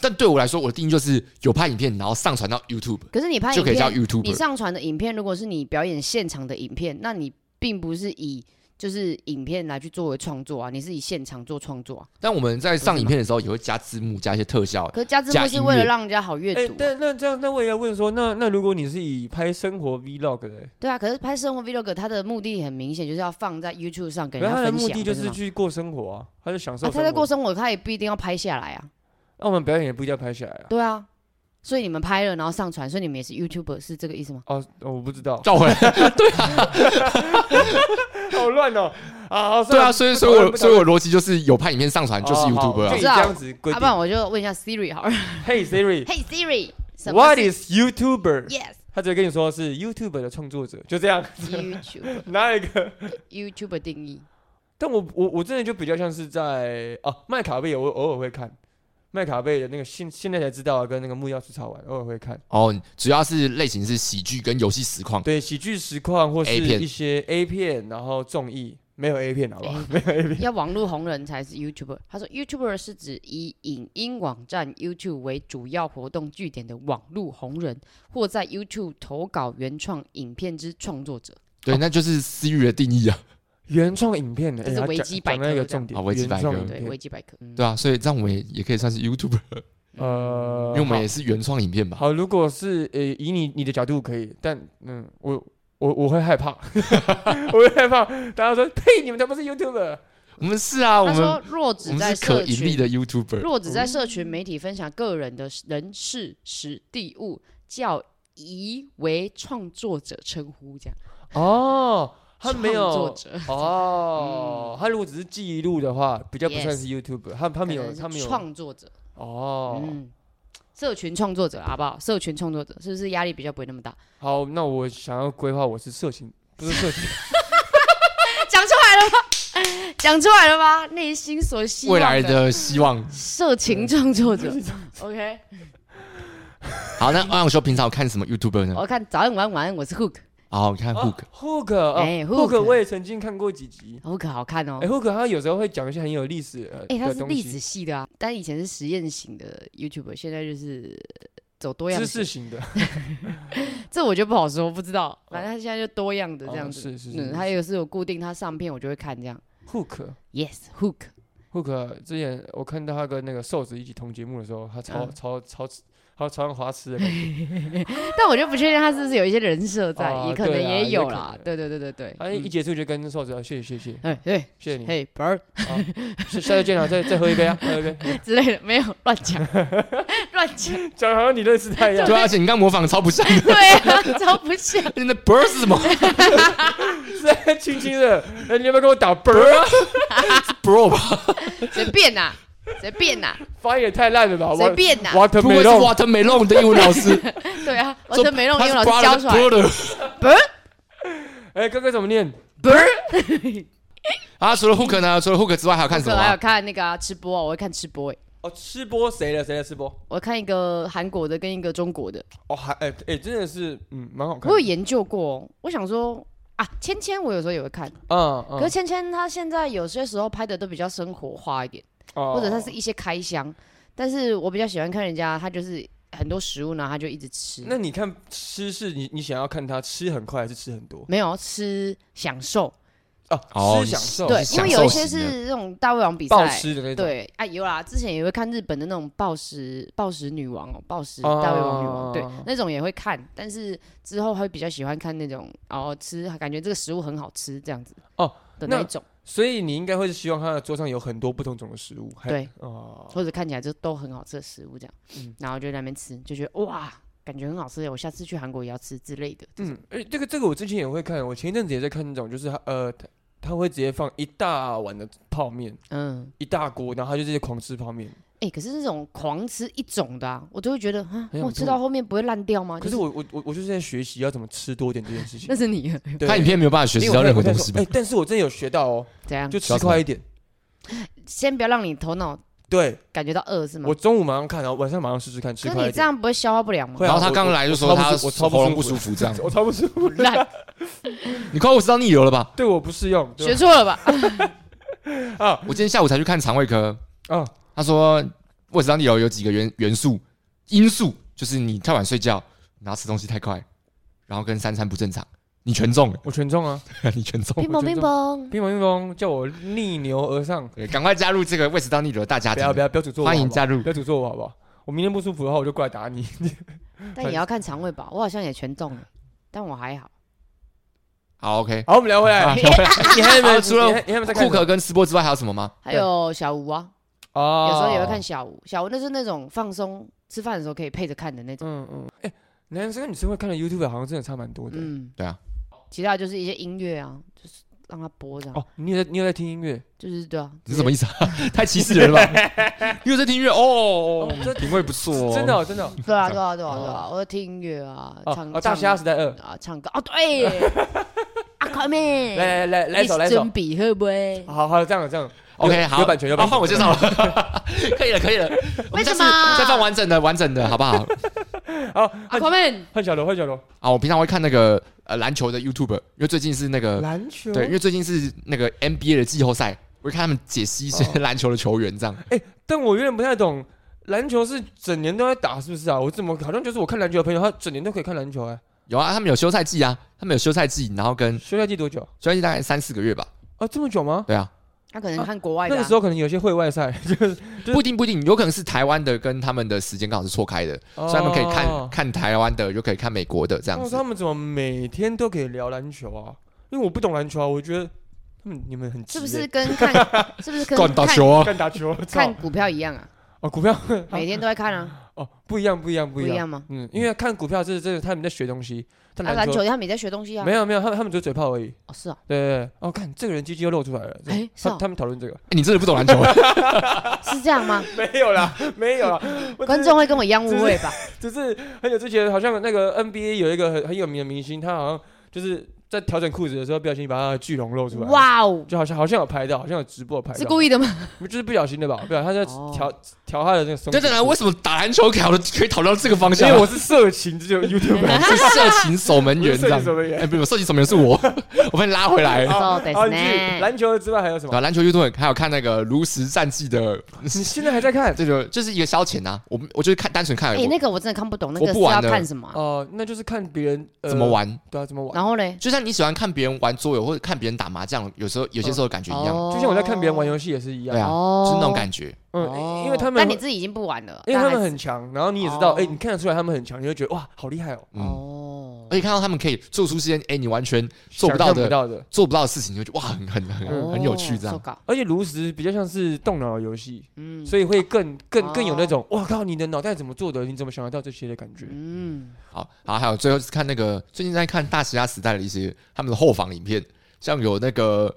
但对我来说，我的定义就是有拍影片，然后上传到 YouTube
可是你拍
就
影
可以叫
片，你
YouTuber。
上传的影片如果是你表演现场的影片，那你并不是以就是影片来去作为创作啊，你是以现场做创作啊。
但我们在上影片的时候也会加字幕、加一些特
<laughs>
效。
可是加字
加
幕
音乐
是为了让人家好阅
哎、
读啊、
但那这样，那我也要问说，那那如果你是以拍生活 Vlog 的、
对啊。可是拍生活 vlog，它的目的很明显，就是要放在 YouTube 上给人
然
家
后他的
分
目
享，
的就
不
是
吗
去过生活啊，他就享受
啊，
生活。
他在过生活，他也不一定要拍下来啊。
那我们表演也不一定要拍下来啊。
对啊，所以你们拍了，然后上传，所以你们也是 YouTuber，是这个意思吗？
哦，哦我不知道，
照回来，
<laughs> 好乱哦！啊，
<laughs> 对
算
啊，
了
所以所以我
不讨论不讨论
所以我逻辑就是有拍影片上传就是
哦好
YouTuber
就
啊
以
是。
这
啊
样子规
要、
定
不。然我就问一下
<laughs>
Siri 好了。
Hey Siri，What
Hey Siri，What
is YouTuber？
Yes
他直接跟你说是 YouTuber 的创作者，就这样， <laughs>
YouTuber
哪一个？
YouTuber 定义？
但我我我真的就比较像是在哦，麦卡贝，我偶尔会看麦卡贝的那个现现在才知道啊，跟那个木曜吃草丸，偶尔会看。
哦，主要是类型是喜剧跟游戏实况。
对，喜剧实况或是
A 片
一些 A 片，然后综艺，没有 A 片好不好？
<laughs>
要网络红人才是 YouTuber。他说 YouTuber 是指以影音网站 YouTube 为主要活动据点的网络红人，或在 YouTube 投稿原创影片之创作者。
对，
哦
那就是 Siri 的定义啊，
原创影片的，
这
哎
是
他
维
讲
基
讲
百
到一
科
个
这
重
样
点，
哦维基
原
百
创
科
影
对，
片
维基百科。嗯
对啊，所以这样我们也也可以算是 YouTuber，
呃
因为我们
好
也是原创影片嘛。
好，如果是呃以你你的角度可以，但嗯，我我我会害怕， <laughs> 我会害怕。大家说呸，你们才不是 YouTuber，
我们是啊，我
嗯他说
们
若
我
只在
们是可
社
盈利
群
的嗯 YouTuber。
若只在社群媒体分享个人的人事、时、地、物，叫以为创作者称呼，这样。
哦，他没
创作
有
者，
哦，他如果只是记录的话，比较不
Yes
算是 YouTuber，他他
他
们有他们有
创作者，
哦。
嗯，社群创作者好不好？社群创作者是不是压力比较不会那么大？
好，那我想要规划我是社群，不是社群，
讲出来了吗？讲出来了吗？内心所希望
未来的希望，
社群创作者。OK，
嗯
好， <laughs> 那欧阳修平常有看什么 YouTuber 呢？
我看早安晚安晚安，我是 Hook，
哦，看 Hook，
啊 Hook，哦
哎
Hook，
Hook
我也曾经看过几集。
Hook 好看哦
哎。，Hook 他有时候会讲一些很有历史呃
哎、他
的
是
东
历史
西，
系的啊，但以前是实验型的 YouTuber，现在就是呃走多样
知识。
性
型的。
这我就不好说，不知道。反正他现在就多样的这样
哦
子，
是是
嗯，
是。
他有是有固定，他上片我就会看这样。
Hook。
Yes hook，
Hook 之前我看到他跟那个瘦子一起同节目的时候，他超、
嗯
超超还有穿花痴的感觉。
<laughs> 但我就不确定他是不是有一些人设在，
哦
也可
对
能
啊
也
也
有
可
啦。
能
对对对对对，嗯
哎，一结束就跟瘦子说谢谢谢谢
哎对，
谢谢你，
嘿 bird
好，下下次见了，再再喝一杯
<laughs>
啊，喝一杯。
之类的，没有乱
<laughs>
讲，乱讲，
讲得好像你认识他一样
对。啊，而且你刚模仿超不像的，
对啊，超不像。
<laughs> 你的 bird 是什么
是轻轻的，哎，你要不要跟我打啵儿啊？
<laughs> <laughs> bro 吧
随便呐、随便呐、
发音也太烂了吧！
随便啊呐、
water
不会
没
是
弄，
watermelon 的英文老 <laughs> 师，
对啊，我真没弄，因为老师
他
教
是
出来。
brother
哎，刚刚怎么念？
不是，
啊，除了 hook 呢？除了 hook 之外还有看什么
还有
啊？
看那个、啊、吃播啊，我会看吃播、欸，
哦，吃播谁了？谁了吃播？
我看一个韩国的跟一个中国的，
哦，还哎哎，真的是嗯，蛮好
我
看
有
的。
研究过、哦。我想说啊，芊芊我有时候也会看，
嗯
可是
嗯，
芊芊她现在有些时候拍的都比较生活化一点，
或
哦
或者她是一些开箱，但是我比较喜欢看人家，她就是很多食物呢，她就一直吃。
哦那你看吃是你你想要看他吃很快还是吃很多？
没有吃享受，
哦，
哦
吃享受，
对，
是
因
享
为
受
有一些
型的
是那种大胃王比
暴
赛，
吃的那种。
对啊，有啦，之前也会看日本的那种暴食暴食女王哦，暴食
哦
大胃王女王，对
哦哦，
那种也会看，但是之后会比较喜欢看那种哦吃，感觉这个食物很好吃这样子
哦
的那
那
一种，
所以你应该会是希望他的桌上有很多不同种的食物。还
对，
哦，
或者看起来就都很好吃的食物这样
嗯，
然后就在那边吃，就觉得哇，感觉很好吃耶，我下次去韩国也要吃之类的。
嗯，哎，这个这个我之前也会看，我前一阵子也在看那种，就是他呃，他他会直接放一大碗的泡面，
嗯，
一大锅，然后他就直接狂吃泡面。
哎，可是那种狂吃一种的，啊，我就会觉得啊，
哎很想
我吃
吐
到后面不会烂掉吗？
可
哦就是
我我我我就是在学习要怎么吃多点这件事情
<laughs> 那。是你的
对
看影片没有办法学习到任何东西吧
哎、？但是我真的有学到哦，
怎样？
就吃快一点。
先不要让你头脑
对，
感觉到饿是吗
我？中午马上看，然后晚上马上试试看，吃
嗯可是
快
你
一
这
点。
样不会消化不良吗
会？
然后他刚来就说他
我我超不
喉咙不
舒
舒服，这样 <laughs>
我超不舒服，
<laughs> 烂。
你快我知道逆流了吧？
对我不适用。对
学错了吧？
啊
我今天下午才去看肠胃科，
啊，
他说胃食道逆流有几个元元素因素，就是你太晚睡觉，然后吃东西太快，然后跟三餐不正常，你全中了， <laughs>
我全中啊！
你全中
乒
了。
乓乒乓，
乒乓乒乓叫我逆流而上，
对，赶快加入这个胃食道逆流的大家
不
庭
要，不要标准做我好
欢
不好，
迎加入
不。要诅咒我好不好？我明天不舒服的话，我就过来打你。
但也要看肠胃吧。我好像也全中了，但我还好。
好，OK。
好，我们聊回来。 <laughs> 你还有没有
啊除了
你还你还有没有在看
库克跟斯波之外还有什么吗？
还有小吴啊，有
啊？
时候也会看。小吴。小吴那是那种放松吃饭的时候可以配着看的那种。
嗯嗯，哎、男生跟女生会看的 YouTube 好像真的差蛮多的。
嗯，
对啊。
其他就是一些音乐啊，就是让他播这样，
哦，你有在你有在听音乐？
就是对啊。
你是什么意思啊？ <laughs> 太歧视人了吧？因为在听音乐哦
哦这，
品味不错哦，
<laughs> 真的、哦、真的、哦。
思？对啊，对啊，对啊，对啊，我在听音乐啊，唱
哦哦，大虾时代二，
啊，唱歌哦，对。阿快妹，
来来来来一首来一首
准。比会不会？
好好，这样这样
OK，
有
好，
有版权有版
好
权
换我介绍了， <laughs> 可以了，可以了。我们下次
为什么
再放完整的，完整的，好不好？
阿快妹，
换小罗换小罗。
啊，我平常会看那个呃篮球的 YouTube，因为最近是那个
篮球
对，因为最近是那个 NBA 的季后赛，我会看他们解析一
哦
些 <laughs> 篮球的球员这样。
但我有点不太懂，篮球是整年都在打是不是啊？我怎么好像就是我看篮球的朋友，他整年都可以看篮球哎、
有啊，他们有休赛季啊，他们有休赛季，然后跟
休赛季多久？
休赛季大概三四个月吧。
啊，这么久吗？
对啊，
他可能看国外的
那
啊
个时候可能有些会外赛，就是对
不一定不一定，有可能是台湾的跟他们的时间刚好是错开的，所以他们可以看
哦
看台湾的，又可以看美国的这样
那
子
哦他。们怎么每天都可以聊篮球啊？因为我不懂篮球啊，我觉得他们你们很
是
急
不
欸
是跟看是不是跟
干打
看
球啊！
<laughs> 干打球？操
看股票一样啊？
哦，股票 <laughs>
每天都在看啊，
哦不一样不一样不
不
一
一
样。
样吗？
嗯，因为看股票是真的，他们在学东西，但
啊，
篮
篮
球
球他们也在学东西啊。
没有没有，他们他们只是嘴炮而已。
哦，是啊，
对对对，哦，看这个人鸡鸡又露出来了。这
哎，是
他
啊，
他们讨论这个 <laughs>
欸你真的不懂篮球，
是这样吗？
没有啦，没
<laughs>
有啦，我只
观
是
众会跟我一样误会吧？
只是很久之前，好像那个 NBA 有一个很很有名的明星，他好像就是在调整裤子的时候，不小心把他的巨龙露出来，，
哇哦，
就好像好像有拍到，好像有直播有拍到，
是故意的吗？
就是不小心的 <laughs> 吧？不小心，他在
哦
调调他的那个松紧
<laughs> 对
裤。
对对，为什么打篮球考的可以讨论到这个方
因
向啊？
为我是色情， <laughs> 这就
<laughs>
YouTube
是色情守门员这
色
样
情。守门员。
哎，不，色情守门员是我， <laughs> 我被你拉回来。
哦，
<laughs>
对
好，你去
呢。
篮球之外还有什么？
啊，篮球 YouTube 还有看那个炉石战记的，
你现在还在看？
<laughs> 这个就是一个消遣啊。我我就是看单纯看而已
哎
哎，，那个我真的看不懂，那
哎我
个
不
是
玩
要
了
看什么啊？
哦哦，那就是看别人
我
呃
怎么玩？
对啊，怎么玩？
然后嘞，
就是像你喜欢看别人玩桌游或者看别人打麻将，有时候有些时候感觉一样，
就像我在看别人玩游戏也是一样
对，啊，
哦，
就是那种感觉。
嗯，因为他
但
们
你自己已经不玩了，
因为他
但
们
还
很强，然后你也知道，
哦
哎，你看得出来他们很强，你会觉得哇，好厉害哦，
是
嗯，
哦
而，且看到他们可以做出这些哎你完全做不
想
到
象
的
不到哦的，
做不到的事情，你就觉得哇很很嗯很很有趣这样。
样，
而且炉石比较像是动脑的游戏，
哦嗯，
所以会更更更有那
哦
种，哇靠，你的脑袋怎么做的？你怎么想得到这些的感觉？
嗯，
好，好，还有最后是看那个最近在看大时代时代的一些他们的后防影片，像有那个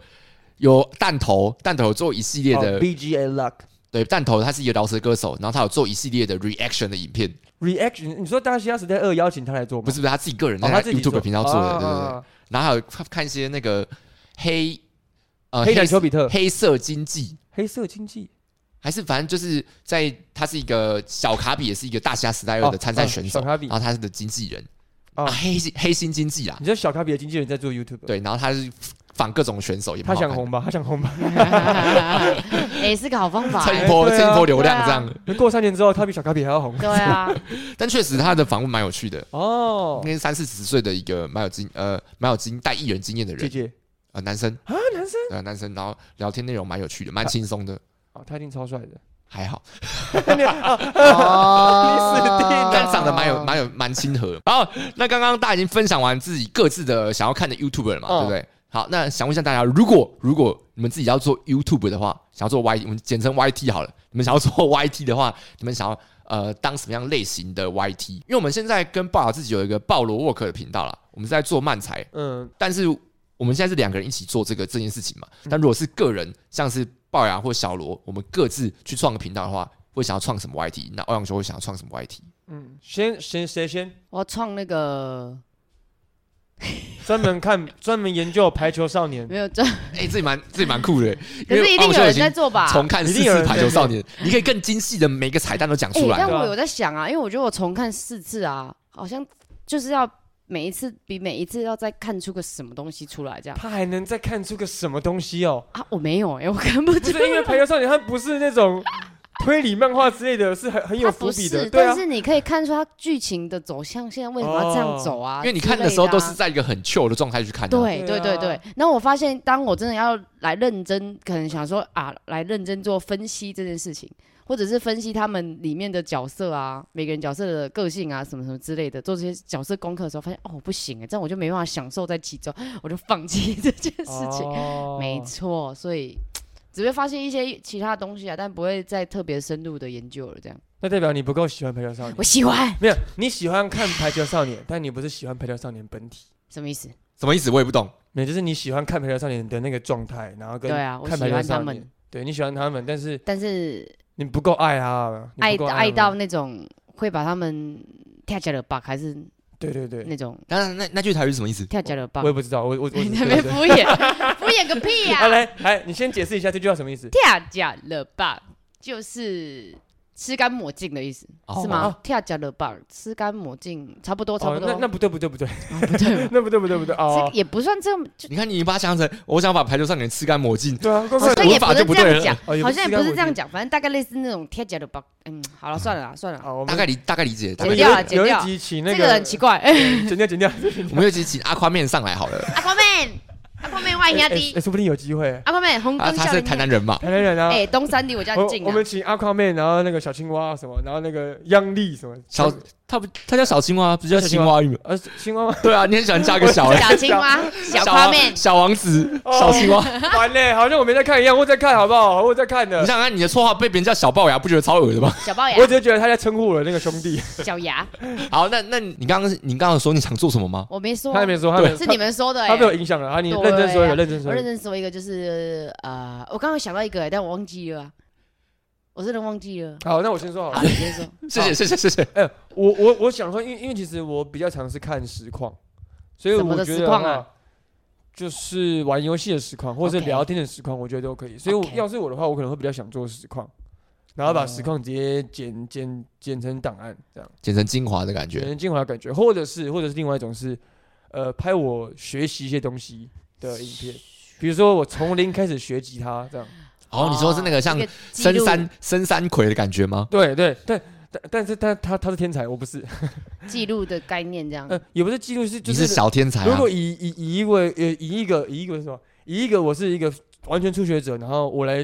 有弹头，弹头有做一系列的、
B G A Luck
对弹头，他是一个饶舌歌手，然后他有做一系列的 reaction 的影片，
Reaction，你说大西亚时代二邀请他来做吗？
不是不是他自己个人在
哦，他
他
自己
YouTube 频道做的，对
啊啊
对
啊
对。
啊
然后还有看看一些那个黑呃
黑篮丘比特
黑色经济，
黑色经济
还是反正就是在他是一个小卡比，也是一个大虾时代二的参赛选手，
哦
啊
啊嗯小卡比
然，后他是的经纪人、
哦
啊黑心黑心经济啦，
你知道小卡比的经纪人在做 YouTube，，
对，然后他是仿各种选手，也蛮
他
好看
想
的
红吧，他想红吧。 <laughs>
哎，是个好方
<laughs>
法
蹭
欸，
一波
对啊
蹭一波流量这样。
过三年之后，他比小卡比还要红
对啊，
但确实他的访问蛮有趣的，
哦
<laughs> 应。该是三四十岁的一个蛮有经呃蛮有经带艺人经验的
姐
人
姐
呃男生
啊，男生
对啊男生，然后聊天内容蛮有趣的，蛮轻松的，
哦，他一定超帅的。
还好，
哦，
你死定了
但长得蛮有蛮有蛮亲和。好，那刚刚大家已经分享完自己各自的想要看的 YouTube 了嘛，
嗯
对不对？好，那想问一下大家，如果如果你们自己要做 YouTube 的话，想要做 Y，我们简称 YT 好了。你们想要做 <laughs> YT 的话，你们想要呃当什么样类型的 YT？因为我们现在跟鲍尔自己有一个鲍罗沃克的频道啦，我们是在做漫才，
<laughs> 嗯，
但是我们现在是两个人一起做这个这件事情嘛。
嗯
但如果是个人，像是龅牙或小罗，我们各自去创个频道的话，会想要创什么 YT？那欧阳修会想要创什么
<laughs>
YT？
嗯，先先谁先？
我创那个
专门看，专门研究排球少年。
没有这，
哎、这也蛮这也蛮酷的欸，
可
因
是
为
一定
欧阳
有
修已
人在啊
经
做吧？
重看
一
四
定有
次
人
排球少年，你可以更精细的每个彩蛋都讲出
哎，
来
但
对。啊
我有在想啊，因为我觉得我重看四次啊，好像就是要每一次比每一次要再看出个什么东西出来这样
他还能再看出个什么东西哦？
啊，我没有哎，我看不
不
<laughs> 出
是因为排球少年，他不是那种推理漫画之类的，是很很有
它
伏
不
笔
是，
的。对啊
但，是你可以看出它剧情的走向，现在为什么要这样走啊？
哦因为你看的时候都是在一个很 chill 的状态去看的、
对
对
对
啊
对对。然后我发现，当我真的要来认真，可能想说啊，来认真做分析这件事情，或者是分析他们里面的角色啊，每个人角色的个性啊，什么什么之类的，做这些角色功课的时候，发现哦，不行哎，这样我就没办法享受在其中， <laughs> 我就放弃这件事情。
哦
没错，所以。只会发现一些其他东西啊，但不会再特别深入的研究了。这样，
那代表你不够喜欢排球少年
我。喜欢
没有，你喜欢看排球少年，但你不是喜欢排球少年本体。
什么意思？
什么意思？我也不懂。
没有，就是你喜欢看排球少年的那个状态，然后跟
对啊，我
看
喜
排球
欢
少
他
年，
们，
对你喜欢他们，但是
但是
你不够爱他，你
爱
不够
爱
他们
到那种会把他们跳起来的吧，还是
对对对，
那种
当然，那那句台语是什么意思？
跳起来的吧
我也？不知道，我我我
<laughs> 你在那
对
边
对
敷
<laughs>
衍，敷衍个屁
啊，
呀！
来来，你先解释一下这句话什么意思？
跳起来的吧就是吃干抹净的意思，
哦
是
哦
吗？跳起来的吧，吃干抹净，差不多，差
哦
不，多
那。那不对不对不对，
哦不对吧，
<laughs> 那不对不对不对哦
这，也不算这么，就
你看，你把它想成，我想把排球少年吃干抹净，
对啊，怪
好
怪的
像也
文法就
能
不
这
对
样
了
讲，
哦也
好
不
像
是
也不
干
是
抹
这样
净
讲，反正大概类似那种跳起来的吧。嗯，好了，算了啦，算了啦。
哦，我
大
们
概理大概理解。大
我
概
们
理
剪掉啊
有
剪
有一
掉
集请那
这个很奇
<laughs>
怪，哎，
剪掉剪掉，
我们有一集请阿宽面上来
<laughs>
好了，
阿宽妹，阿宽妹，万一
哎
阿
哎
弟，
说不定有机会，
阿宽妹，红
啊，
灯
他
笑
是
脸
台南人嘛，
台南人啊。
嗯哎，东山里我家
我
很近
我
啊。
们请阿夸妹，然后那个小青蛙什么，然后那个央丽什么，
小他不他叫小青蛙，不是叫青蛙鱼吗？
呃青蛙吗？
<laughs>
<laughs>
对啊，你很喜欢加个小欸
小青蛙、小
王
花妹，
小王子、
哦
小 <laughs> 青蛙。
完嘞，好像我没在看一样，我在看好不好？我在看
你
的，
想想看，你的绰号被别人叫小龅牙，不觉得超恶的吗？ <laughs>
小龅牙
我、只是觉得他在称呼我的那个兄弟，
小牙，
好，那那你刚刚你刚刚说你想做什么吗？
我没说
他还
啊，
没说，他没
是
他
你们说的、欸。
他被我影响了啊！你
对
认真说一
啊
个，认真
我
说一
认
个，
真说一个，就是呃，我刚刚想到一个、欸，但我忘记了啊、我真的忘记了。
好，那我先说好
好，
了
你。
<laughs>
先说。
谢谢谢谢谢谢。
哎，我我我想说，因为因为其实我比较常是看实况，所以
什么
我
的
觉
实
得
况
话
啊
就是玩游戏的实况，或者是
OK
聊天的实况，我觉得都可以。所以我
OK 哦
要是我的话，我可能会比较想做实况，然后把实况直接剪剪剪成档案，这样
剪成精华的感
剪
觉，
成精华的感觉，或者是或者是另外一种是，呃，拍我学习一些东西的影片，比如说我从零开始学吉他这样。
哦，你说是那个像
一个记
深
录
山深山葵的感觉吗？
对对对，但但是他他他是天才，我不是，
记录的概念
<laughs>
这样。
呃，也不是记录是
嗯
就
你是小天才、啊。
如果以以以一位呃以一个以一个什么以一个我是一个完全初学者，然后我来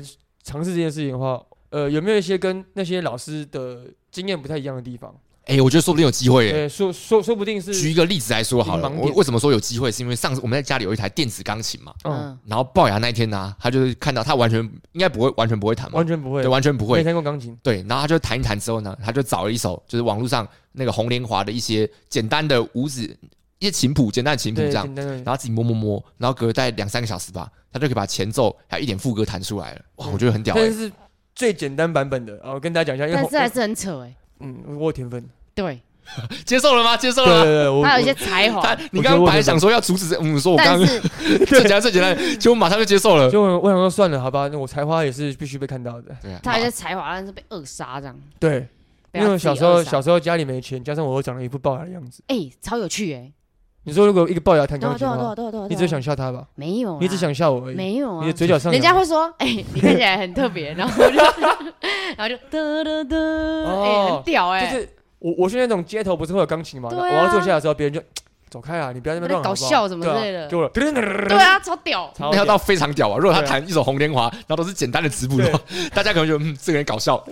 尝试这件事情的话，呃，有没有一些跟那些老师的经验不太一样的地方？
哎、我觉得说不定有机会耶、
对，说说说不定是
举一个例子来说好了，
一个盲
我
点
为什么说有机会？是因为上次我们在家里有一台电子钢琴嘛，
嗯，
嗯，
然后龅牙那一天呢、他就是看到他完全应该不会，完全不会弹嘛，
完全不会，
对，完全不
没
会，
弹过钢琴，
对，然后他就弹一弹之后呢，他就找了一首就是网络上那个红莲华的一些简单的五指一些琴谱，简单的琴谱
对，
这样，
简单的，
然后自己摸摸摸，然后隔了大概两三个小时吧，他就可以把前奏还有一点副歌弹出来了，哇，
嗯
我觉得很屌、欸
但，是最简单版本的啊，我跟大家讲一下，因为
但
红
是还是很扯哎、
嗯，我有天分，
对
接受了吗？接受
对
了
对
吗。
对，我
他有一
我
些才华，
他，你刚
我觉得
刚
我
本来
很
想说要阻止这，嗯，说我刚
但
刚
是
最简单最简单，结果马上就接受了。
就我我想说算了，好吧，那我才华也是必须被看到的。
对啊，
他有一些才华，但是被扼杀这样。
<laughs> 对，
被
因
他
为我小
自
时
己
候
扼杀
小时候家里没钱，加上我又长得一副龅牙的样子。
哎、超有趣哎、
你说如果一个龅牙弹
对
钢
啊
琴
对
的
啊对啊
话，
对啊对啊，
哦你只想笑他吧？
没有啦，啊
你只想笑我而已。
没有啊
你的？嘴角上扬，
人家会说，哎、你看起来很特别，然后我就 <laughs> 然
<laughs>
后就 <laughs> 哒哒哒，哎，很屌哎、
哦就是我我去那种街头不是会有钢琴吗？
对啊
我要坐下的时候，别人就走开啊，你不要在那边乱
搞
好不好
笑什么
对啊
之类的
给我
对啊，超
<laughs>
屌。
超
那要
屌
到非常屌啊！如果他
对啊
弹一首《红莲华》，然后都是简单的词谱的话，大家可能觉得嗯，这个人搞笑。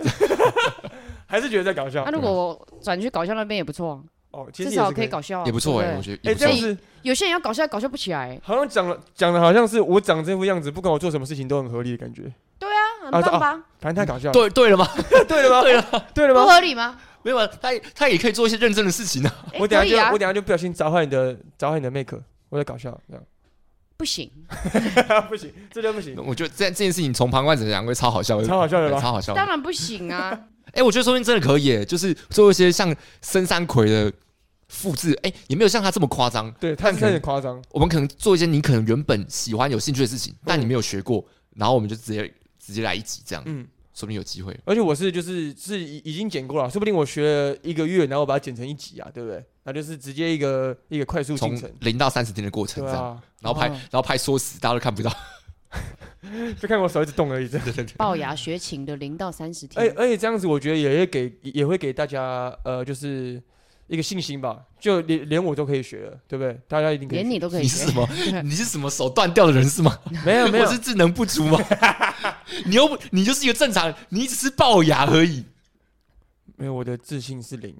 还是觉得在搞笑
那、。如果我转去搞笑那边也不错啊，
哦，啊其
啊至
实
少
也
可
可
以。搞笑、啊，
也不错
对
哎，
对
我觉得
哎，
也不
这样
错。
子
有些人要搞笑，搞笑不起来，
好像讲了讲的好像是我长这副样子，不管我做什么事情都很合理的感觉，
啊很棒吧？
反正太搞笑了。
对对了吗？
<laughs> 对了吗？对了，对了
不
吗？
合理吗？
没有，啊，他也他也可以做一些认真的事情啊。
哎
我等下
可以
就
啊
我等下就不小心砸坏你的砸坏你的 make，我在搞笑这
不行，
<laughs> 样，不行，这就不行，
我觉得这这件事情从旁观者讲会超好笑的，
超好笑的
对
吧？
超好笑的。
当然不
<laughs>
行啊！
哎，我觉得说不定真的可以耶，就是做一些像深山葵的复制，哎，也没有像他这么夸张。
对，他
但
是
可
有
能
点夸张，
我们可能做一些你可能原本喜欢、有兴趣的事情，
嗯
但你没有学过，然后我们就直接直接来一集这样，
嗯，
说不定有机会。
而且我是就是是已已经剪过了，说不定我学了一个月，然后我把它剪成一集啊，对不对？那就是直接一个一个快速
从
进程，
零到三十天的过程
对
这样，
啊，
然后拍
哦
然后拍缩死，大家都看不到。
就看我手一直动而已，这样。
对对对。
龅牙学琴的零到三十
而
天，
而且这样子，我觉得也会给也会给大家呃，就是一个信心吧，就连连我都可以学了，对不对？大家一定可以
连你
学。
都可以
你是
学
什。么？你是什么手断掉的人是吗？
没有 <laughs> 没有
我是智能不足吗？ <laughs> 你又不，你就是一个正常，你只是龅牙而已。
没有，我的自信是零，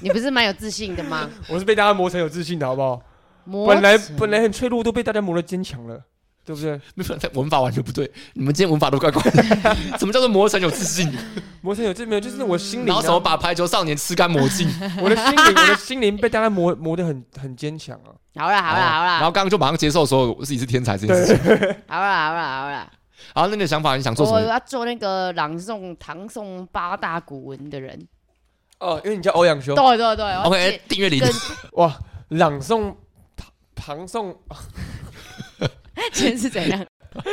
你不是蛮有自信
<laughs>
的吗？
我是被大家磨成有自信的，好不好？
磨
本来
成
本来很脆弱，都被大家磨得坚强了，对不对？
没 <laughs> 有，文法完全不对。你们今天文法都怪怪
<laughs>
的。什么叫做磨成有自信？
啊
磨成有这没有，就是我心灵、
然
啊
后，什么把排球少年吃干抹
<laughs>
净？
我的心灵，我的心灵被大家磨磨得很很坚强啊。
好啦好啦好啦
然后刚刚就马上接受说我自己是天才这件事情。
好啦好啦好啦，
然后那你的想法，你想做什
我
么？
要做那个朗诵唐宋八大古文的
<laughs>
人。
哦，因为你叫欧阳修，
对对对我要
OK，
借
订阅零
跟
哇，朗诵唐唐宋
今天是怎样？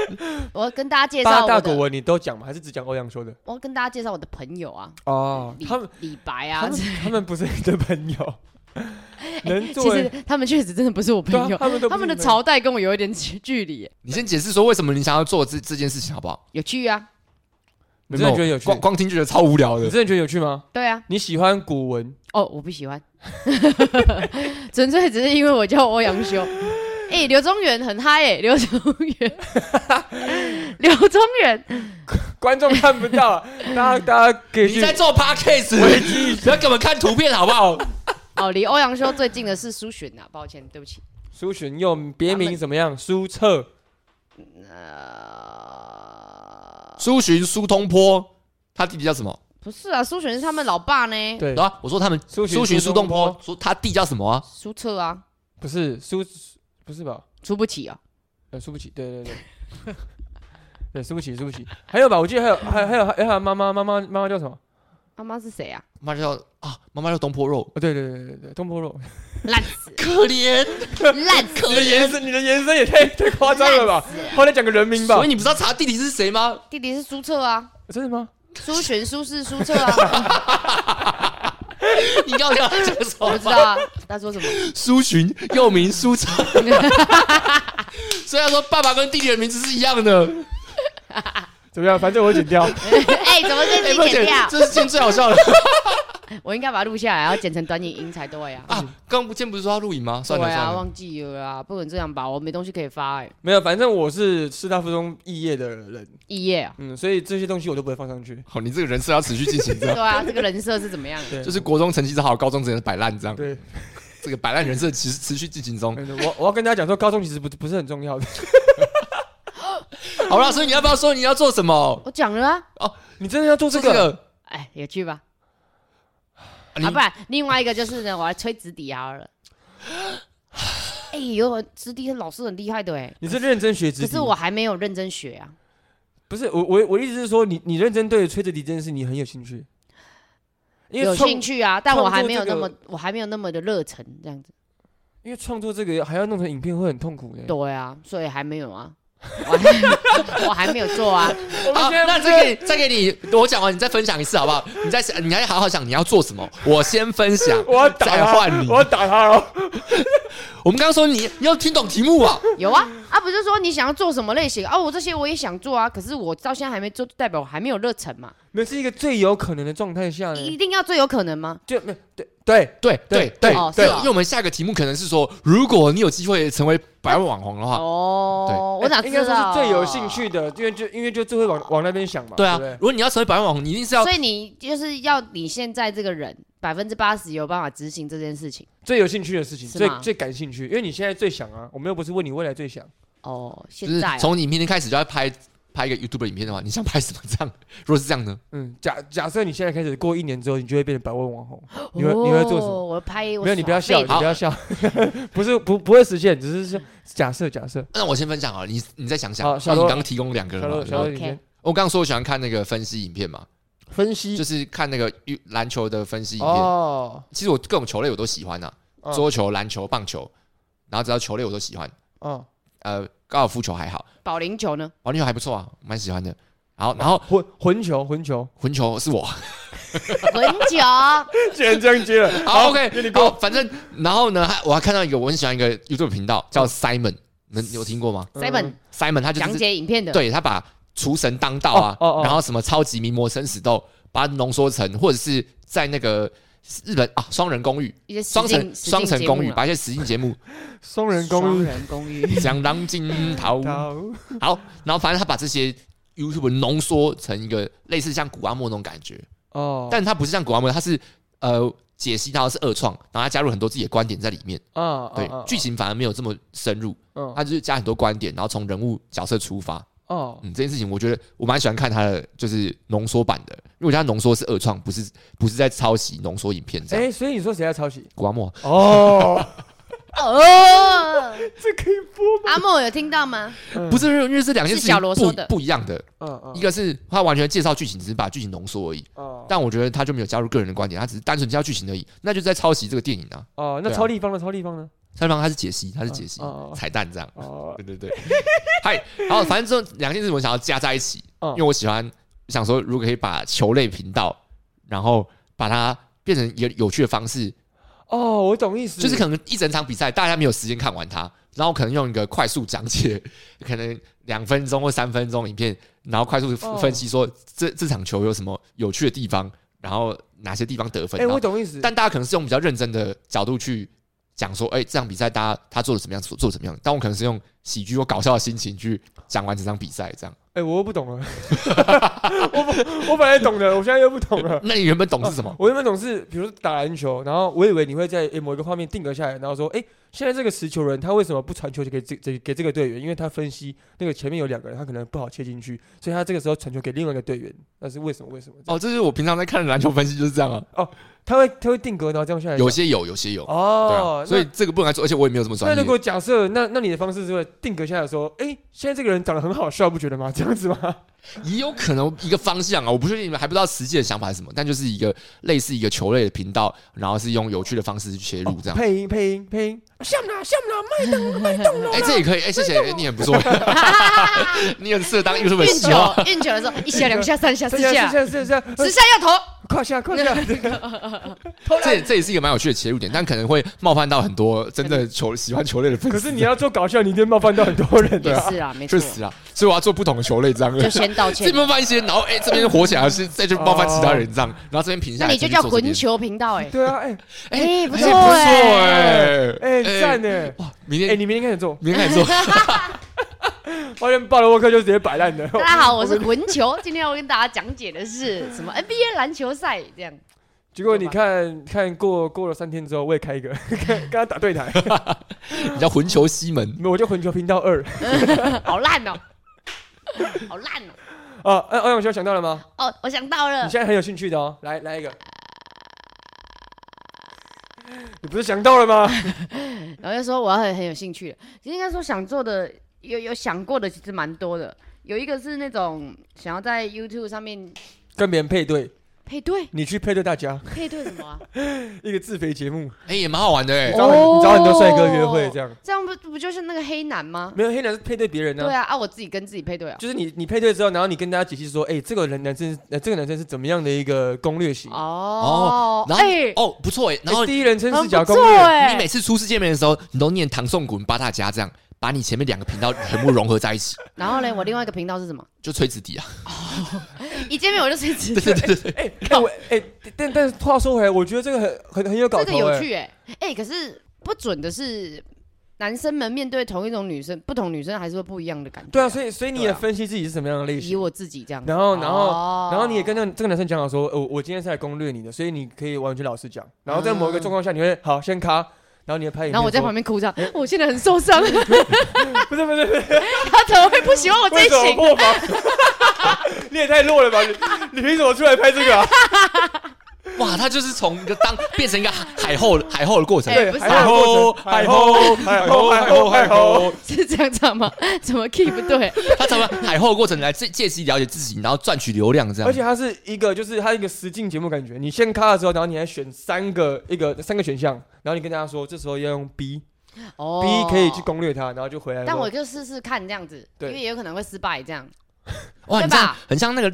<laughs> 我要跟大家介绍
八大
我
古
的，
文你都讲吗？还是只讲欧阳修的？
我要跟大家介绍我的朋友啊，
哦
李
他们
李白
他
啊，
们他们不是你的朋友，能
其
作为
实他们确实真的不是我
嗯对
朋
啊
友，
他们都不
他
是
们
你
的朝代跟我有一点距距离耶，
你先解释说为什么你想要做这这件事情好不好？
有趣啊，
你真的觉得有趣
光？光听就觉得超无聊
你
的。
真的觉得有趣吗？
对啊，
你喜欢古文？
哦，我不喜欢， <laughs> 纯粹只是因为我叫欧
<laughs>
阳修。哎、刘宗元很嗨哎、刘宗元， <laughs> 刘宗元，
观众看不到，啊大家大家可以
你
去
在做 podcast，不要给我们看图片好不好？
哦，离欧阳修最近的是苏洵啊，抱歉，对不起，
苏洵又别
他
名
们
怎么样？苏辙。
苏洵、苏东坡，他弟弟叫什么？
呃不是啊，苏洵是他们老爸呢，
对，
然后我说他们
苏洵
苏洵、苏东坡
坡，
说他弟叫什么啊？
苏辙啊，
不是苏，不是吧？
出不起啊，
呃，输不起，对对对，对，输不起，输不起。还有吧，我记得还有，还还有还有还有妈妈妈妈妈妈叫什么？哦
妈妈是谁啊？
妈叫啊，妈妈叫东坡肉，，
哦，对对对对对，东坡肉。
烂死
可怜。
烂死，
你的延伸，你的延伸也太太夸张了吧？后来讲个人名吧
所以。你不知道查弟弟是谁吗？
弟弟是苏辙啊，
真的吗？
苏洵、苏轼、苏辙啊，
你刚刚讲这个什
我
么
不知道啊，他说什么？
<laughs> 苏洵，又名苏辙。 <laughs> 虽然说爸爸跟弟弟的名字是一样的，
怎么样？反正我会剪掉。
<laughs> 哎、哎，怎么这
哎，
里
不
剪
姐
掉，？
这是今天最好笑的 <laughs>
我应该把它录下来，然后剪成短影音才对 <laughs> 啊。
啊！刚不今天不是说要录影吗？算
对
了
啊，
算了，
忘记了啊，不能这样吧？我没东西可以发哎，
没有，反正我是师大附中肄业的人，
毕业啊。
嗯，所以这些东西我都不会放上去。
好，你这个人设要持续进 <laughs> 行，这
<laughs> 对
样
啊，这个人设是怎么样？
对，
就是国中成绩是好，高中只能摆烂这样。
对，
这个摆烂人设其实持续进行中。
嗯我我要跟大家讲说，高中其实不不是很重要的。
<laughs>
<laughs>
好了，所以你要不要说你要做什么？
<laughs> 我讲了啊，
你真的要做这
这
个？
个
哎，有趣吧？
你
啊，不然另外一个就是呢，我来吹直笛好 <sighs> 了。哎、有直笛老师很厉害的哎、
你是认真学直
可
笛？
是我还没有认真学啊。
不是我我我意思是说，你你认真对吹着笛这件事，你很有兴趣。因为
有
创
兴，趣啊，但我还没有那
创作
么
这，
我还没有那么的热忱这样子。
因为创作这个还要弄成影片，会很痛苦的。欸
对啊，所以还没有啊，我还 <laughs> 我还没有做啊。
我们
好，
现在
那
不
再
是
给你再给你，我讲完你再分享一次好不好？你再想，你还好好想你要做什么。我先分享，
我要打
再换
他，
你。
我要打他哦了。
我们刚刚说你你要听懂题目啊，
有啊，
嗯
啊不是说你想要做什么类型啊？我这些我也想做啊，可是我到现在还没做，代表我还没有热忱嘛。
<laughs> 那是一个最有可能的状态下
一
呢，
定要最有可能吗？
就没有对对，
对对
对
对
哦
对，
是哦
因为我们下一个题目可能是说，如果你有机会成为百万网红的话，
哦，我哪
哎应
知
该
道？
说是最有兴趣的，因为就因为就就会往往那边想嘛。
对啊
不，
如果你要成为百万网红，你一定是要
所以你就是要你现在这个人百分之八十有办法执行这件事情。
最有兴趣的事情，
是
最
吗
最感兴趣，因为你现在最想啊，我们又不是问你未来最想，
哦，
就
现
是
啊
在、哦、
从你明天开始就要拍拍一个 YouTube 影片的话，你想拍什么这样？ <laughs> 如果是这样呢？
嗯，假假设你现在开始过一年之后，你就会变成百万网红，你会你会做什么
哦？我拍我
没有，你不要笑，
耍
你
废
不要笑， <laughs> 不是不不会实现，只是说假设假设。
那我先分享啊，你你再想想，
好
因为
小
你
罗
刚刚提供两个
小
人嘛
罗
对不
小
对
罗，你先
我刚刚说我喜欢看那个分析影片嘛，
分析
就是看那个运篮球的分析影片。
哦，
其实我各种球类我都喜欢呐、啊
嗯
桌球、篮球、棒球，然后只要球类我都喜欢。
哦，
呃，高尔夫球还好，
保龄
<laughs>
球呢？
保龄球还不错啊，蛮喜欢的。然后，然后
混混球
<laughs>
混球，
混球是
<laughs>
我，
滚球，
竟然这样接了，
好 <laughs>
给你
，OK，
过
好，反正然后呢，还我还看到一个我很喜欢一个 YouTube 频道
嗯
叫 Simon，你们你有听过吗
Simon
？Simon 他嗯就
讲
是
解影片的，
对他把厨神当道啊，
哦哦哦
然后什么超级名模生死斗，把它浓缩成，或者是在那个日本啊双人公寓、
一些实
双
境
层
实
双
境
层
节
公
目
寓，
啊
把一些实境节
<laughs>
目
双人公
双
寓，
人公寓
想当镜头。好，然后反正他把这些 YouTube 浓缩成一个类似像古阿莫那种感觉，
哦，
但他不是像古阿莫，他是呃解析到是二创，然后他加入很多自己的观点在里面。
啊
对，剧情反而没有这么深入，
哦
他就是加很多观点，然后从人物角色出发。
哦
嗯，这件事情我觉得我蛮喜欢看他的，就是浓缩版的，因为我觉得他浓缩是二创，不是不是在抄袭浓缩影片这样。
哎，所以你说谁在
<laughs>
抄袭？
古阿莫，
哦，
<laughs> 哦，
<laughs> 这可以播
阿莫有听到吗？
不是因为因为这两件
是
事
小
情
罗
不
说的
不一样的，
嗯嗯
一个是他完全介绍剧情，只是把剧情浓缩而已。
哦
但我觉得他就没有加入个人的观点，他只是单纯加剧情而已，那就是在抄袭这个电影啊。
哦，那
对啊
超立方呢？超立方呢？
他方他是解析，他是解析、
哦哦哦
彩蛋这样。
哦
对对 <laughs> 对，嗨，然后反正这两件事我想要加在一起，
嗯
因为我喜欢想说，如果可以把球类频道，然后把它变成一个有趣的方式，
哦，我懂意思，
就是可能一整场比赛大家没有时间看完它，然后可能用一个快速讲解， <laughs> 可能两分钟或三分钟影片，然后快速
哦
分析说这这场球有什么有趣的地方，然后哪些地方得分。
哎，
然后
我懂意思，
啊但大家可能是用比较认真的角度去讲说，哎、这场比赛大家他做的怎么样，做做得怎么样。但我可能是用喜剧或搞笑的心情去讲完这场比赛，这样。
哎，我又不懂了， <laughs> 我本我本来懂的，我现在又不懂了。
那你原本懂是什么？
<laughs> 我原本总是，比如说打篮球，然后我以为你会在诶某一个画面定格下来，然后说，哎，现在这个持球人他为什么不传球给这这给这个队员？因为他分析那个前面有两个人，他可能不好切进去，所以他这个时候传球给另外一个队员，那是为什么？为什么？
哦，这是我平常在看的篮球分析就是这样啊，
他会他会定格，然后这样下来讲。
有些有，有些有，对
哦
啊，，所以这个不能做，而且我也没有这么
那
专
那如
业。
果假设那那你的方式是会定格下来说，哎，现在这个人长得很好笑，不觉得吗？这样子吗？
也有可能一个方向啊，我不确定你们还不知道实际的想法是什么，但就是一个类似一个球类的频道，然后是用有趣的方式去切入这样。
配音配音配音，像不啦像不啦，麦当
<laughs>
劳麦当劳
哎、这也可以，哎、谢谢，哎你很不
<laughs>
错，你很适合当 YouTube
运
喜欢。
球，运球的时候一下、两下、三下、
这
四
样
下，
这样这样这样，
十下要投，
胯呃下胯下，
这也这也是一个蛮有趣的切入点，但可能会冒犯到很多真的球喜欢球类的粉丝。
<laughs> 可是你要做搞笑，你一定冒犯到很多人
对
的。
<laughs> 啊
也是啦，没错
确，实啊，所以我要做不同的球类这样。 <laughs>
就先道
这
歉。
边冒犯一些，然后哎、这边火起来是再去冒犯其他人这样，然后这边平下
哦那
来。
你就叫
再去做这
混
边
球频道哎，
对啊，哎
哎，不
哎
错
不错
哎，
哎，
哎
赞呢！
哇，明
哎，
天
你明天开始做，
明天开始
<laughs>
做，
发现鲍罗沃克就直接摆
<laughs>
烂的。
大
啊
家好，我是混球，今天要跟大家讲解的是什么 NBA 篮球赛这样。
结果你看看过过了三天之后，我也开一个， <laughs> 跟跟他打对
<laughs>
台，
你叫混球西门，
我就混球频道二
好烂哦，好烂哦！
啊。哎，欧阳修想到了吗？
哦，我想到
嗯
你
了，
现在很有兴趣的哦，来来一个。你不是想到了吗？
然后就说我要很很有兴趣了。其实应该说想做的，有有想过的，其实蛮多的。有一个是那种想要在 YouTube 上面
跟别人配对，
配对，
你去配对大家，
配对什么啊？
一个自肥节目，
哎、也蛮好玩的哎、
你找很你找很多帅哥约
哦
会这样。
这样不不就是那个黑男吗？
没有黑男是配对别人呢
<laughs> 对，啊，啊，我自己跟自己配对啊。
就是你你配对之后，然后你跟大家解析说，哎、这个人男生，呃，这个男生是怎么样的一个攻略型？哎
哦，
然后、
哎，
哦不错哎、然后
诶第一人称视
很
角
不
攻
错
略，
你每
哎。
次初次见面的时候，你都念唐宋滚八大家这样，把你前面两个频道全部融合在一起，
然后嘞，我另外一个频道是什么？
就吹子底啊，
<laughs> 一见面我就随直
对对对对对，
哎、哎我哎、但但是话说回来，我觉得这个很很很有 <laughs> 搞
这
头、
个
哎，
有趣哎、哎、可是不准的是，男生们面对同一种女生，不同女生还是会不一样的感觉、
对啊，所以所以你也
对啊
分析自己是什么样的类
以
型，
我自己这样子，
然后然后、
哦
然后你也跟那个这个男生讲好说，呃我、我今天是来攻略你的，所以你可以完全老实讲，然后在某一个状况下，你会好先卡，然后你会拍影片说，
嗯然后我在旁边哭着，
哎
我现在很
<laughs>
受伤，他
不是不是不是，
怎么会不喜欢 <laughs> 我这
为
一
什么
型？
破防？ <laughs> 你也太弱了吧！你你凭什么出来拍这个啊？
哇，他就是从一个当 <laughs> 变成一个海后海后的过程，
哎不是啊
海后海
哎
后海后海后海后，
是这样唱吗？ <laughs> 怎么 key 不对？
他怎么海后的过程来借借机了解自己，然后赚取流量这样
而且，它是一个，就是它一个实境节目感觉。你先卡的时候，然后你还选三个一个三个选项，然后你跟大家说，这时候要用 B，B
哦
可以去。攻略它，然后就回来说。
但我就试试看这样子，因
对
为也有可能会失败。这样
哇，
对
你这样
吧
很像那个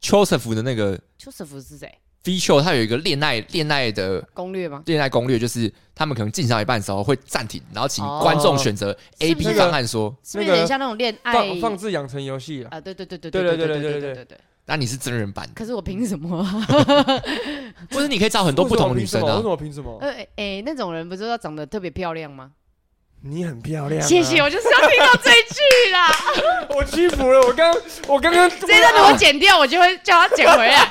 Joseph 的那个
Joseph 是谁？
V show，他有一个恋爱恋爱的
攻略吗？
恋爱攻略，就是他们可能进行到一半的时候会暂停，然后请
哦
观众选择 A、
是不
B
是
方案说，
是不
那
是有
个
点像那种恋爱
哎放放置养成游戏啊，
啊？对对对对
对
对
对
对
对
对
对
对
对
对对。
那你是真人
<laughs>
版的，
可是我凭什么啊？ <laughs>
或者你可以找很多不同的女生
为
啊
什。么凭什么？为什么凭什么？
呃，哎、那种人不是要长得特别漂亮吗？
你很漂亮啊。
谢谢，我就是要听到这一句
<laughs>
啦。
我屈服了。我刚我刚刚
这一段如果剪掉，我就会叫他剪
<laughs>
回来。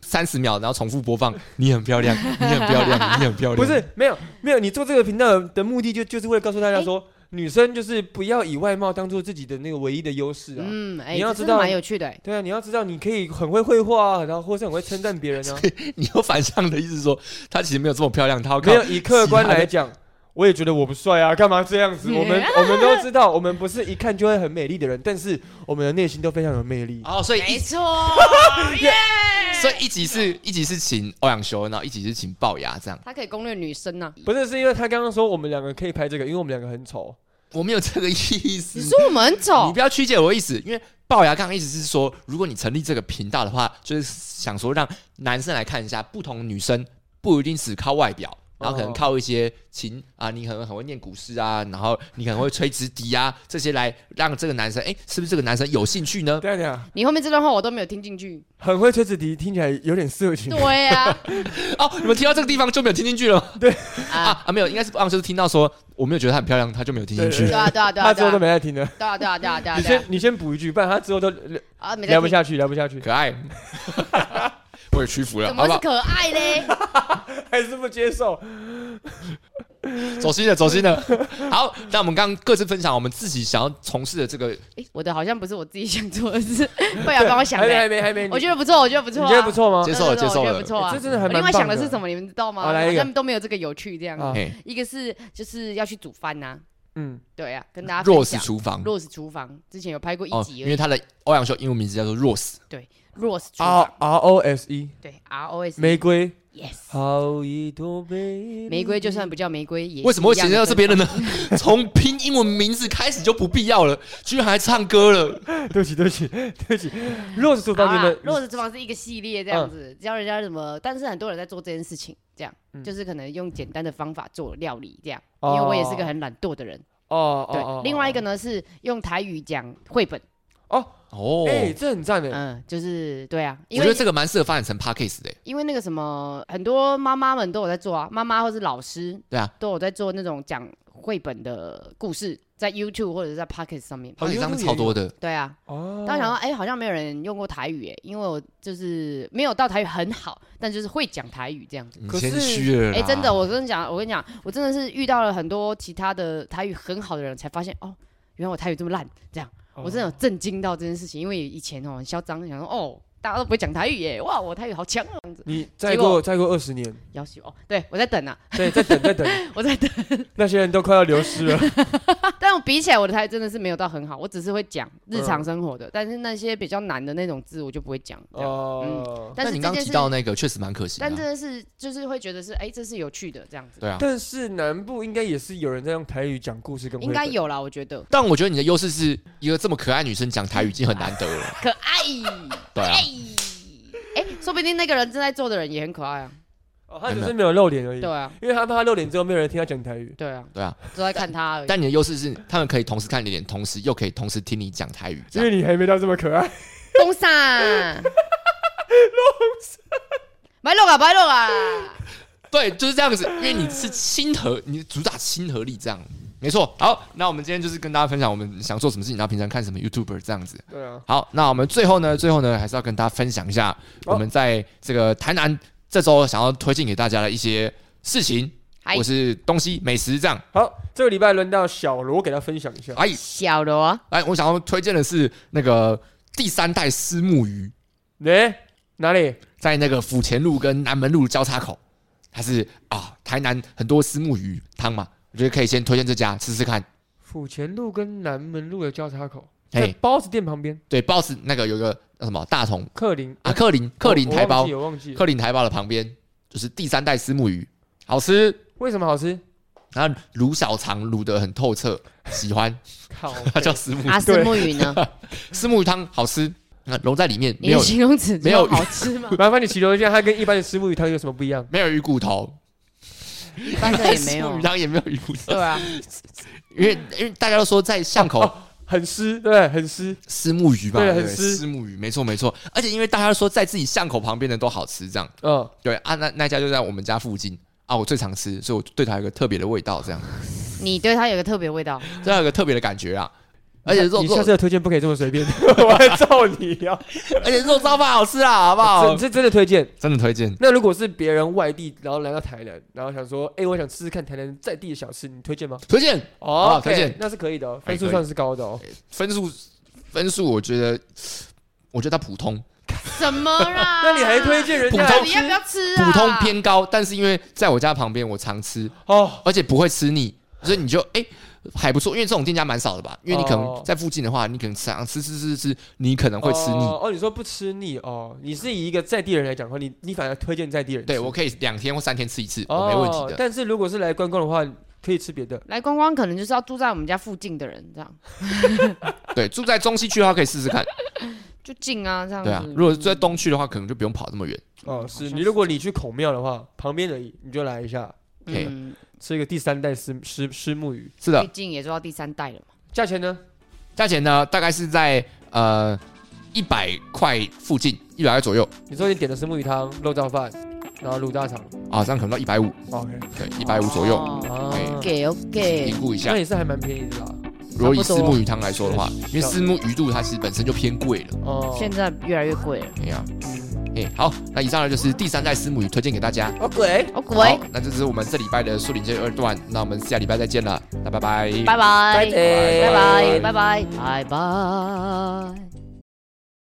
三十秒，然后重复播放。你很漂亮，你很漂亮，你很漂亮。
不是没有没有，你做这个频道的目的就就是为了告诉大家说，女生就是不要以外貌当做自己的那个唯一的优势啊。
嗯，哎、
你要
这
知
真
道
的蛮有趣的、哎
对啊，你要知道，你可以很会绘画啊，然后或是很会称赞别人啊。
<laughs> 你有反向的意思说，她其实没有这么漂亮，她要靠
没有以客观
其他
来
的
讲，我也觉得我不帅啊，干嘛这样子？我
<laughs>
们我们都知道，我们不是一看就会很美丽的人，但是我们的内心都非常有魅力。
哦，所以
没
一
<laughs>
错，耶！
所以一集是一集是请欧阳修，然后一集是请龅牙这样。
他可以攻略女生啊呐、
不是，是因为他刚刚说我们两个可以拍这个，因为我们两个很丑。
我没有这个意思，
你说我们很
你
丑
不，要曲解我的意思，因为龅牙刚刚意思是说，如果你成立这个频道的话，就是想说让男生来看一下不同女生，不一定只靠外表。然后可能
哦
靠一些情啊，你可能很会念古诗啊，然后你可能会吹直笛啊，这些来让这个男生，哎，是不是这个男生有兴趣呢？
对啊，对啊，
你后面这段话我都没有听
<laughs>
进去。
很会吹纸笛，听起来有点色情。
对啊
啊
呀、
哦，你们听到这个地方就没有听进去了吗
啊，啊，
啊啊，没有，应该是啊，就是听到说我没有觉得她很漂亮，她就没有听进去
对 <laughs>
对。啊，对啊，对啊，
<laughs> 他之
对
后都
啊，
没在听了。
对啊，对啊，对啊，对
<laughs>
啊，
你
对
先
啊，
你先补一句，不然他之后都聊
啊，没在
聊不
听，
下去，聊不下去，
可
<laughs>
爱，我也屈服了，
怎
好
么
不
是
好？
可爱嘞？ <laughs>
<laughs> 还是不接受。
走心了，走心了。好，那我们刚刚各自分享我们自己想要从事的这个
哎、我的好像不是我自己想做
<laughs>
的事，贝尔帮我想
还
的、
没还没还没，
我觉
得
得不错，我觉得不错、
你
啊，
觉得不错吗
接？
对，
受了
对对
接受
我觉
了
得不错
哎
啊
这。真的还
我
蛮
另外想的
棒
是什么，你们知道吗？
好来一
好
个
像都没有这个有趣这样。
啊
哎
一个是就是要去煮饭呐、
嗯，
对啊，跟大家分
弱势
享
厨房
Rose 厨房之前有拍过一
哦，
集
因
而已
为它的欧阳修英文名字叫做 Rose，
，Rose 厨
R
房，
R O S E
对 R O S，
玫瑰
Yes，
好一朵玫
玫瑰就算不叫玫瑰也
为什么会
一样
强
的
调是
芬
别人呢？ <laughs> 从拼英文名字开始就不必要了，居然还唱歌了。
对不起，对不起， <laughs> 对不起，Rose 厨
好
房真
啦
的，
落子之房是一个系列这样
嗯
子，教人家怎么，但是很多人在做这件事情，这样、
嗯
就是可能用简单的方法做料理这样，
哦
因为我也是个很懒惰的人。
哦
对，
哦，
另外一个
呢，
呢是用台语讲绘本，
哦，
哎，这很赞哎，
嗯，就是对啊，
我
因
觉
为
得这个蛮适合发展成 podcast 的、
因为那个什么，很多妈妈们都有在做啊，妈妈或是老师
对啊，
都有在做那种讲绘本的故事，在 YouTube 或者是在 Pocket 上面。
p o d c a s t
哦
上面超多的。
对啊，
哦，
当时想到，哎、好像没有人用过台语，哎，因为我就是没有到台语很好，但就是会讲台语这样子。
你
可是
嗯谦虚了啦，
哎、真的，我跟你讲，我跟你讲，我真的是遇到了很多其他的台语很好的人，才发现哦，原来我台语这么烂，这样，
哦
我
哦
真的有震惊到这件事情，因为以前哦很嚣张，想说哦，大家都不会讲台语耶，哇，我台语好强哦，
你再
结果
过再过二十年，
要死哦，对我在等啊，
对，再等再等，
<laughs> 我在等，
<laughs> 那些人都快要流失
<laughs>
了。
啊但我比起来，我的台语真的是没有到很好，我只是会讲日常生活的，但是那些比较难的那种字我就不会讲，这样，
哦，
但
那
是
你
这
刚
件
刚提
事
到那个确实蛮可惜的啊、
但真的是就是会觉得是哎、这是有趣的这样子，
对啊。
但是南部应该也是有人在用台语讲故事跟绘
应该
本
有啦，我觉得
但我觉得你的优势是一个这么可爱女生讲台语已经很难得
<laughs>
了，
可爱。
对啊
哎。哎、说不定那个人正在做的人也很可爱啊。
哦，他只是没有露脸而已
对。啊，
因为他怕他露脸之后没有人听他讲台语。
对啊，
对啊，
都在看他而已。
但你的优势是他们可以同时看你的脸，同时又可以同时听你讲台语，这
因
样
为你还没到这么可爱，
风
<laughs>
扇，白弄啊，白弄
<laughs>
啊！
对，就是这样子。因为你是亲和，你主打亲和力，这样没错。好，那我们今天就是跟大家分享我们想做什么事情，然后平常看什么 YouTuber 这样子。
对啊，
好，那我们最后呢，最后呢，还是要跟大家分享一下
哦
我们在这个台南这周想要推荐给大家的一些事情，
嗨
或是东西、美食这样。
好，这个礼拜轮到小罗给他分享一下。
哎，
小罗，啊
来，我想要推荐的是那个第三代虱目鱼，
哎，哪里？
在那个府前路跟南门路交叉口，它是啊，台南很多虱目鱼汤嘛，我觉得可以先推荐这家试试看。
府前路跟南门路的交叉口，在
嘿，
包子店旁边，
对，boss 那个有一个那什么大同
克林
啊，克林克林台
哦我
胞，
忘记了。
克林台胞的旁边就是第三代虱目鱼，好吃。
为什么好吃？
然后卤小肠卤得很透彻，喜欢 <laughs>
靠，
它叫石木
阿斯木语呢？
石木鱼汤，好吃。那融在里面 <laughs> 没
你的
有
形容词
没有
就好吃
<laughs>
吗？
麻烦你形容一下，它跟一般的石目鱼汤有什么不一样？
没有鱼骨头，
一般的也
<laughs>
没
虱目
有
鱼。汤也没有鱼骨头，
对啊，
因为因为大家都说在巷口
很湿，对不对，很湿。
虱目鱼嘛，
对
对
很湿
虱目鱼，没错没错。而且因为大家都说在自己巷口旁边的都好吃，这样
嗯，
对啊，那那家就在我们家附近啊，我最常吃，所以我对它有一个特别的味道，
<laughs>
这样
你对它有个特别味道。
对它有一个特别的感觉啊。而且肉
你
肉
下次，的推荐不可以这么随便， <laughs> 我还照你啊呀。
而且肉烧饭好吃啊，好不
这
好？
这真的推荐。
真的推荐。
那如果是别人外地，然后来到台南，然后想说，哎、我想试试看台南在地的小吃，你推荐吗？
推荐
哦
啊，推荐
那是可以的、哦，
哎
分数
可以
算是高的哦。
分数，分数，我觉得，我觉得它普通，
什么啦？
<laughs> 那你还推？荐人
普
家
通
你要不要吃啊？
普通。偏高，但是因为在我家旁边，我常吃，
哦？
而且不会吃腻，所以你就哎、还不错，因为这种店家蛮少的吧？因为你可
哦
能在附近的话，你可能常吃吃吃吃，你可能会吃腻。
哦哦，你说不吃腻哦？你是以一个在地人来讲的话，你你反而推荐在地人吃。
对我可以两天或三天吃一次，
哦
我没问题的。
但是如果是来观光的话，可以吃别的。
来观光可能就是要住在我们家附近的人，这样
对，住在中西区的话可以试试看，
就近啊，这样
对啊
子。。
如果住在东区的话，可能就不用跑这么远。
哦，是
好像
你如果你去孔庙的话，旁边的你就来一下，
OK
嗯，
吃一个第三代石石石木鱼，
是
最
的，
近也做到第三代了嘛。
价钱呢？
价钱呢大概是在呃一百块附近，一百块左右
你说你点的是木鱼汤、肉燥饭，然后卤大肠。
啊，这样可能到一百五，
OK，
对，一百五左右。
哦
啊
哎
给 OK
评。估一下
那，也是还蛮便宜的啦。
如果以
差不
私
多
木鱼汤来说的话，因为
是
私木鱼肚它其实本身就偏贵了。
哦，
现在越来越贵了。
哎呀、哎、好，那以上呢就是第三代私木鱼推荐给大家。
哦鬼，
哦，
好
鬼，，
那这是我们这礼拜的树林街二段，那我们下礼拜再见了，那拜拜。
拜
拜拜，拜
拜
拜，拜拜，拜拜。